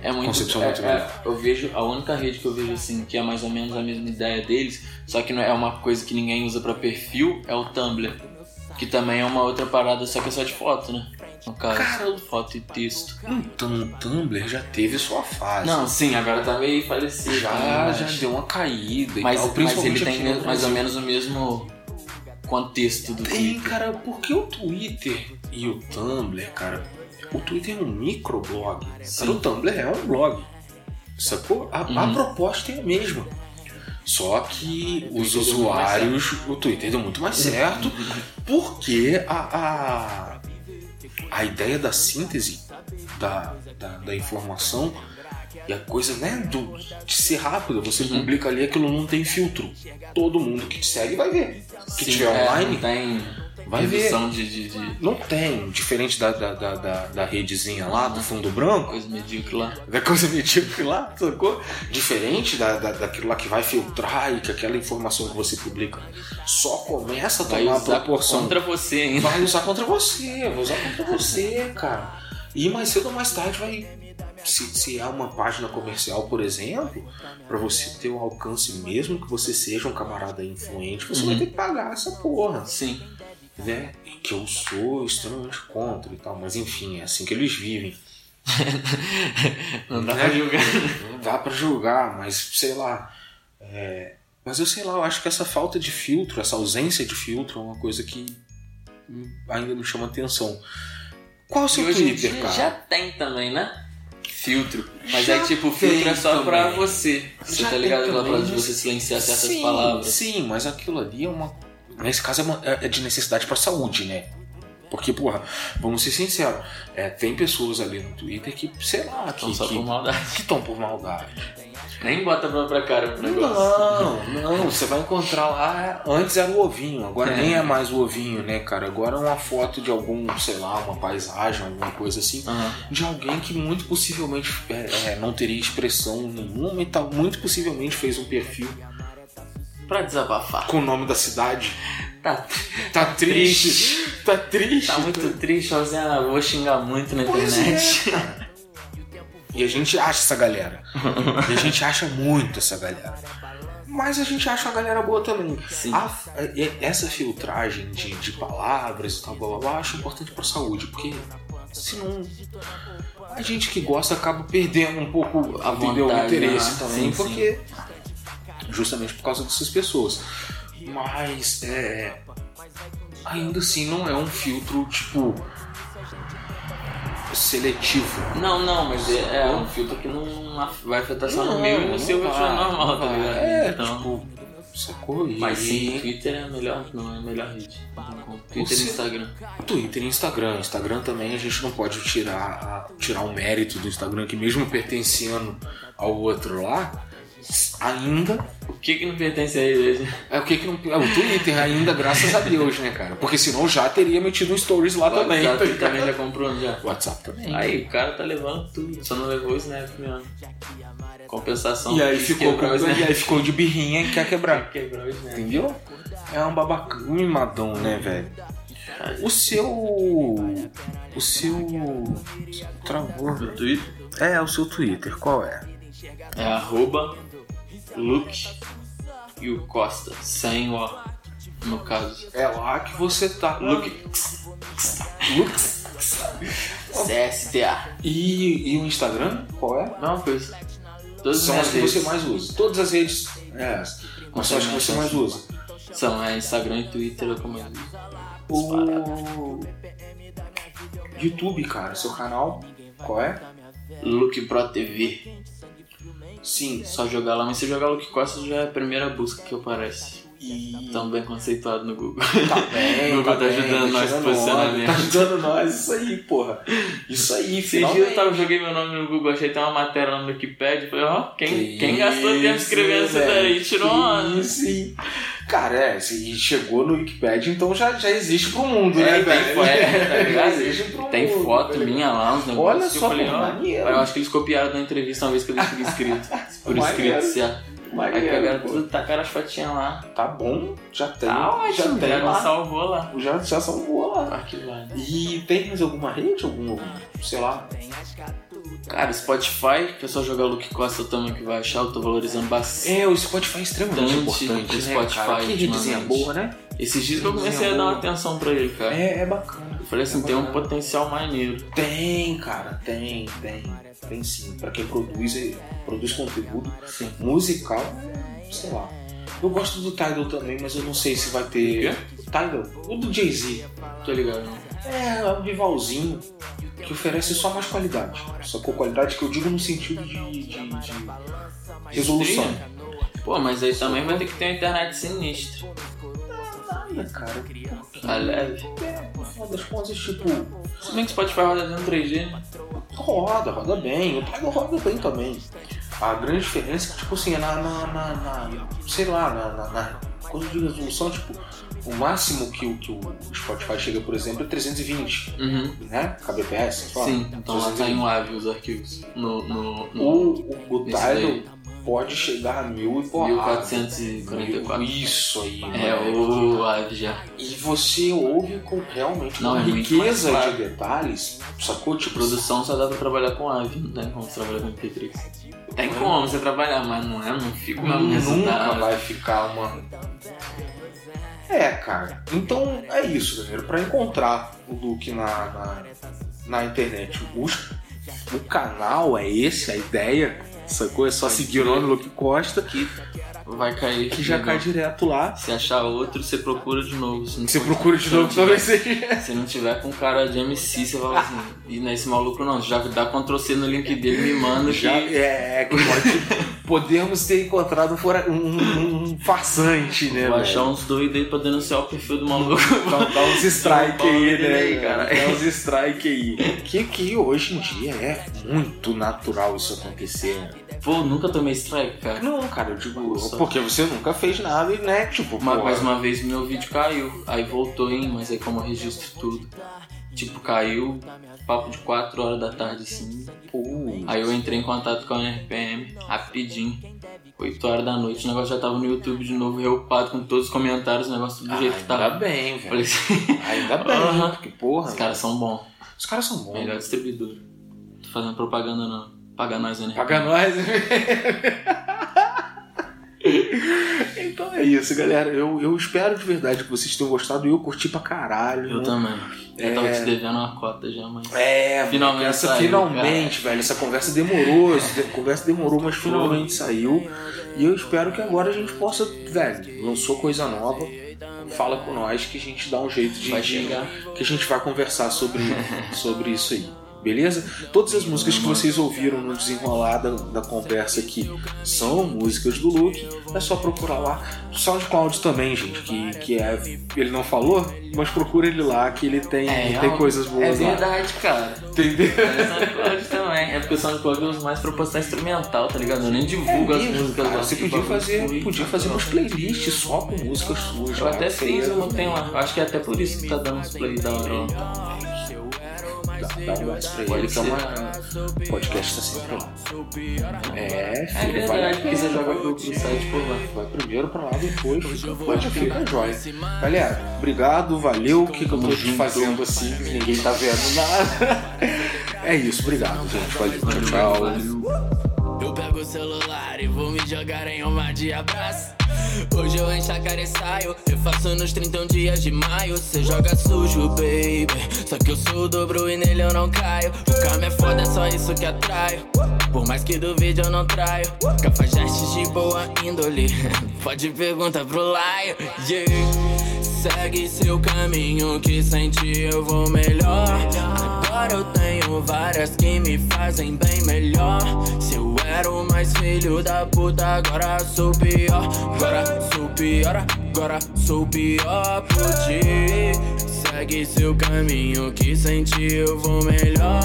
C: É muito.
B: Concepção
C: é-
B: muito
C: é-
B: melhor.
C: eu vejo a única rede que eu vejo assim que é mais ou menos a mesma ideia deles, só que não é uma coisa que ninguém usa pra perfil, é o Tumblr, que também é uma outra parada, só que é só de foto, né? No caso,
B: Cara,
C: foto e texto.
B: Então, o Tumblr já teve sua fase.
C: Não, sim, agora tá meio falecido. né,
B: Ah, já,
C: mas-
B: já deu uma caída e
C: mas,
B: tal,
C: mas ele
B: principalmente
C: tem
B: aqui no
C: mais
B: Brasil.
C: ou menos o mesmo contexto do
B: Tem,
C: que.
B: cara, porque o Twitter e o Tumblr, cara, o Twitter é um microblog, cara,
C: Sim. Uhum.
B: o Tumblr é um blog, sacou? A, a proposta é a mesma. Só que
C: O
B: os
C: Twitter deu muito mais
B: usuários, o Twitter deu muito mais certo, porque a, a, a ideia da síntese da, da, da informação e a coisa, né, do, de ser rápido, você
C: Uhum.
B: publica ali, aquilo não tem filtro. Todo mundo que te segue vai ver. Que
C: Sim,
B: tiver
C: é,
B: online,
C: não tem
B: Vai ver.
C: redução de, de, de
B: não tem, diferente da, da, da, da, da redezinha lá, do fundo branco,
C: coisa medíocre lá.
B: da coisa medíocre lá, sacou? Diferente da, da, daquilo lá que vai filtrar e que aquela informação que você publica só começa a
C: Vai
B: tomar
C: usar
B: proporção.
C: contra você ainda.
B: Vai usar contra você, vai usar contra você, cara. E mais cedo ou mais tarde vai. Se, se é uma página comercial, por exemplo, pra você ter um alcance mesmo que você seja um camarada influente, você
C: Uhum.
B: vai ter que pagar essa porra
C: Sim.
B: né?
C: É.
B: Que eu sou extremamente contra e tal, mas enfim, é assim que eles vivem.
C: Não dá
B: Né?
C: pra julgar.
B: Não dá pra julgar, mas sei lá. é, Mas eu sei lá, eu acho que essa falta de filtro, essa ausência de filtro é uma coisa que hum, ainda me chama atenção. Qual é o
C: E
B: seu
C: hoje em
B: Twitter,
C: dia
B: cara?
C: já tem também, né? um Filtro. Mas
B: Já
C: é tipo,
B: tem
C: filtro é só
B: também.
C: pra você. Você
B: Já
C: tá ligado
B: tem
C: aquela
B: também,
C: parada de
B: mas-
C: você silenciar certas
B: sim,
C: palavras?
B: Sim, mas aquilo ali é uma. Nesse caso é, uma- é- é de necessidade pra saúde, né? Porque, porra, vamos ser sinceros, é, tem pessoas ali no Twitter que, sei lá, que
C: Então só por
B: estão
C: maldade.
B: que, estão por maldade.
C: Nem bota a própria cara pro negócio.
B: Não, não, você vai encontrar lá. Antes era o ovinho, agora
C: É.
B: nem é mais o ovinho, né, cara? Agora é uma foto de algum, sei lá, uma paisagem, alguma coisa assim,
C: Aham.
B: de alguém que muito possivelmente é, é, não teria expressão nenhuma e tal, muito possivelmente fez um perfil
C: Pra desabafar.
B: com o nome da cidade.
C: Tá,
B: Tá triste, tá triste.
C: tá muito triste, Rosana. Vou xingar muito na
B: Pois é.
C: internet.
B: E a gente acha essa galera. E a gente acha muito essa galera. Mas a gente acha uma galera boa também.
C: Sim.
B: A- e- essa filtragem de, de palavras e tal, blá, blá, blá, eu acho importante pra saúde, porque se não. A gente que gosta acaba perdendo um pouco
C: A
B: entendeu, o
C: vontade,
B: interesse
C: né?
B: também,
C: Sim,
B: porque. Justamente por causa dessas pessoas. Mas é. Ainda assim não é um filtro, tipo. seletivo.
C: Não, não, mas é, é um filtro que não, não af- vai afetar só no meu e no seu vai
B: vai,
C: ser normal,
B: não
C: tá
B: vai.
C: ligado?
B: É,
C: então,
B: tipo, sacou? E
C: mas sim, Twitter é a melhor, não é a melhor rede. Twitter
B: Você-
C: e Instagram.
B: Twitter e Instagram. Instagram também a gente não pode tirar, a- tirar o mérito do Instagram, que mesmo pertencendo ao outro lá, ainda.
C: O que que não pertence a ele?
B: É o que que não. É o Twitter ainda, graças a Deus, né, cara? Porque senão já teria metido um stories lá também.
C: Já,
B: tá
C: tu também
B: ligado?
C: já comprou um já.
B: WhatsApp também.
C: Aí, o cara tá levando tudo, só não levou o Snap mesmo. Compensação.
B: E aí
C: Quis
B: ficou,
C: quebrar o
B: com- e
C: Snap.
B: aí ficou de birrinha e quer quebrar.
C: Quebrar o Snap.
B: Entendeu? É um babacão, um mimadão, né, velho? O seu. O seu. Travou.
C: No Twitter
B: É, o seu Twitter, qual é?
C: é arroba Luke e o Costa, sem o no caso.
B: É lá que você tá.
C: Luke
B: Lux.
C: CSTA.
B: E, e o Instagram? Qual é?
C: Não, pois. Todas
B: São
C: as
B: as que
C: redes
B: você mais usa. Todas as redes. É, mas são as que você mais usa.
C: são é, Instagram e Twitter, eu comendo.
B: O. YouTube, cara, seu canal. Qual é?
C: Luke Pro TV.
B: Sim.
C: Só jogar lá, mas se jogar Luke Costa já é a primeira busca que aparece.
B: E
C: Estamos bem conceituados no Google.
B: Tá bem,
C: O Google tá
B: bem,
C: ajudando nós
B: tirando
C: com posicionamento.
B: onda, Tá ajudando nós, isso aí, porra. Isso aí,
C: Esses dias eu
B: finalmente.
C: tava, joguei meu nome no Google, achei até uma matéria lá no Wikipedia. Falei, ó, quem,
B: Que
C: quem gastou tempo
B: isso,
C: escrevendo isso
B: velho,
C: daí tirou um
B: que
C: ano.
B: isso, hein? Cara, é, se chegou no Wikipedia, então já, já existe pro mundo, né,
C: É, tem
B: velho?
C: fo- é, tá
B: já
C: ligado?
B: existe pro
C: Tem
B: mundo,
C: foto
B: velho.
C: minha lá, uns negócios.
B: Olha
C: que
B: só,
C: eu falei,
B: pô,
C: ó,
B: maneiro.
C: é." eu acho que eles copiaram da entrevista uma vez que eu deixei escrito. Por
B: Maneiro.
C: escrito, certo? Aí
B: Maneiro,
C: pegaram
B: pô.
C: tudo, tacaram as fotinhas lá.
B: Tá bom, já tem.
C: Tá ótimo,
B: já tem
C: já me
B: lá.
C: salvou lá.
B: Já, já salvou lá.
C: Arquivado.
B: E tem mais alguma rede? Algum, sei lá,
C: Cara, Spotify, que é só jogar Luke Costa também que vai achar, eu tô valorizando bastante.
B: É, o Spotify é extremamente
C: Tanto
B: importante.
C: que
B: né,
C: Spotify
B: cara? Que redesenha
C: ultimamente.
B: boa, né?
C: Esses dias que eu comecei a dar uma atenção pra ele, cara.
B: É, é bacana.
C: Eu falei assim, tem um potencial maneiro.
B: Tem, cara, tem, tem. Tem sim. Pra quem produz, é- produz conteúdo
C: Sim.
B: musical, sei lá. Eu gosto do Tidal também, mas eu não sei se vai ter.
C: O
B: Tidal? O do Jay-Z.
C: Tô ligado, né?
B: É, é um rivalzinho que oferece só mais qualidade. Só com qualidade que eu digo no sentido de, de- de resolução.
C: Pô, mas aí também vai ter que ter uma internet sinistra.
B: Nada, cara.
C: Tá leve.
B: É, no final das contas, tipo,
C: Se bem que o Spotify roda dentro do 3G, né?
B: Roda, roda bem. O Tiger roda bem também. A grande diferença é que, tipo assim, é na, na, na, na- sei lá, na, na, na coisa de resolução, tipo, o máximo que o, que o Spotify chega, por exemplo, é 320,
C: Uhum.
B: né? KBPS, sei lá.
C: Sim, então lá tá em live os arquivos. Uh, No, no, no
B: O, o, o
C: Esse
B: Tidal pode chegar a mil e porrada.
C: 1444.
B: Isso aí.
C: É,
B: moleque.
C: o live já.
B: E você ouve com realmente
C: Não,
B: uma
C: é muito
B: riqueza
C: mais
B: de detalhes, sacou? Tipo,
C: Produção só dá pra trabalhar com live, não tem como você trabalhar com MP3. Tem como você trabalhar, mas não é, não fica o mesmo
B: nunca
C: resultado.
B: vai ficar uma. É, cara. Então é isso, galera. Pra encontrar o Luke na, na, na internet, busca. O canal é esse, a ideia. Sacou? É só seguir o nome Luke Costa,
C: Vai cair.
B: que já cai direto lá.
C: Se achar outro, você procura de novo. Se não
B: Você
C: for-
B: procura de
C: se não
B: novo,
C: tiver-
B: talvez seja.
C: Se não tiver com cara de MC, você fala assim, e não é esse maluco não, já dá Ctrl C no link dele, me manda
B: Já,
C: que
B: é, é, que pode, podemos ter encontrado um fora- um, um, um farsante, né?
C: vou
B: velho?
C: achar uns doidos aí pra denunciar o perfil do maluco.
B: Dá, dá uns strike aí,
C: Dá um
B: né,
C: aí,
B: cara?
C: cara.
B: Dá uns strike aí. Que, que hoje em dia é muito natural isso acontecer. né?
C: Pô, nunca tomei strike, cara.
B: Não, cara, eu digo,
C: Só-
B: porque você nunca fez nada, e né? Tipo,
C: Mas,
B: pô,
C: mais uma vez meu vídeo caiu, aí voltou, hein, mas aí como eu registro tudo, tipo, caiu, papo de 4 horas da tarde, assim.
B: pô,
C: Aí eu entrei em contato com a NRPM, rapidinho. 8 horas da noite, o negócio já tava no YouTube de novo, reupado com todos os comentários, o negócio do jeito que
B: ainda
C: tava.
B: bem, velho.
C: Falei assim,
B: Ainda bem,
C: Aham.
B: porque, porra,
C: os caras são bons.
B: os caras são bons.
C: Melhor distribuidor. Tô fazendo propaganda não. Paga nós, né?
B: Paga nós. então é isso, galera. Eu, eu espero de verdade que vocês tenham gostado. Eu curti pra caralho. né?
C: Eu também. Eu tava te devendo uma cota já, mas.
B: É,
C: Finalmente
B: essa
C: saiu,
B: finalmente, velho. Essa conversa demorou, essa conversa demorou, mas finalmente saiu. E eu espero que agora a gente possa, velho, lançou coisa nova. Fala com nós que a gente dá um jeito de
C: Vai
B: de-
C: chegar.
B: que a gente vai conversar sobre, sobre isso aí. Beleza? Todas as músicas que vocês ouviram no desenrolar da, da conversa aqui são músicas do Luke. É só procurar lá. SoundCloud também, gente, que, que é. Ele não falou, mas procura ele lá, que ele tem, tem
C: ó,
B: coisas
C: É
B: boas lá.
C: verdade, cara.
B: Entendeu?
C: É SoundCloud também. É porque o SoundCloud usa mais pra postar instrumental, tá ligado? Eu nem divulgo as
B: É Mesmo,
C: músicas
B: cara,
C: lá.
B: você
C: que
B: podia
C: bagulho fui.
B: fazer, podia fazer umas playlists só com músicas suas.
C: Eu
B: lá,
C: até
B: sei
C: fiz
B: lá.
C: uma, tem lá. Eu Acho que é até por isso que tá dando os play da hora lá.
B: Dá, dá um gás pra
C: Pode
B: ele, que é
C: ser.
B: uma- o podcast tá sempre lá. É,
C: É
B: filho, vai,
C: verdade, porque você joga pro, pro site por lá.
B: vai primeiro pra lá, depois fica- pode ficar jóia. Galera, obrigado, valeu. O que, que eu tô
C: Tamo junto.
B: fazendo assim? que Ninguém tá vendo nada. É isso, obrigado, gente. Valeu, tchau, tchau.
A: Eu pego o celular e vou me jogar em uma de abraço. Hoje eu encho a cara e saio. Eu faço nos 31 dias de maio. Cê joga sujo, baby. Só que eu sou o dobro e nele eu não caio. O karma é foda, é só isso que atrai. Por mais que duvide, eu não traio. Cafajestes de boa índole. Pode perguntar pro Laio. Yeah. Segue seu caminho que sem ti eu vou melhor. Agora eu tenho várias que me fazem bem melhor. Se eu era o mais filho da puta, agora sou pior. Agora sou pior. Agora agora sou o pior por ti. Segue seu caminho que sem ti eu vou melhor.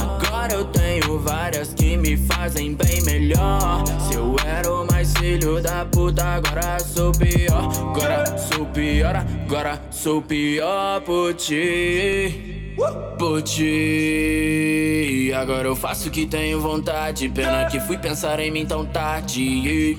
A: Agora eu tenho várias que me fazem bem melhor. Se eu era o mais filho da puta, agora sou pior. Agora sou pior, agora sou pior por ti. Por ti. Agora eu faço o que tenho vontade. Pena que fui pensar em mim tão tarde.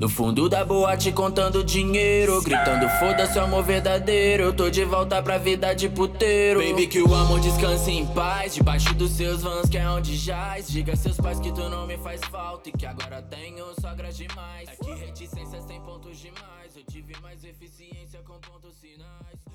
A: No fundo da boate contando dinheiro Gritando foda-se é o amor verdadeiro Eu tô de volta pra vida de puteiro Baby que o amor descanse em paz Debaixo dos seus vans que é onde jaz Diga a seus pais que tu não me faz falta E que agora tenho sogras demais É que reticência sem pontos demais Eu tive mais eficiência com pontos sinais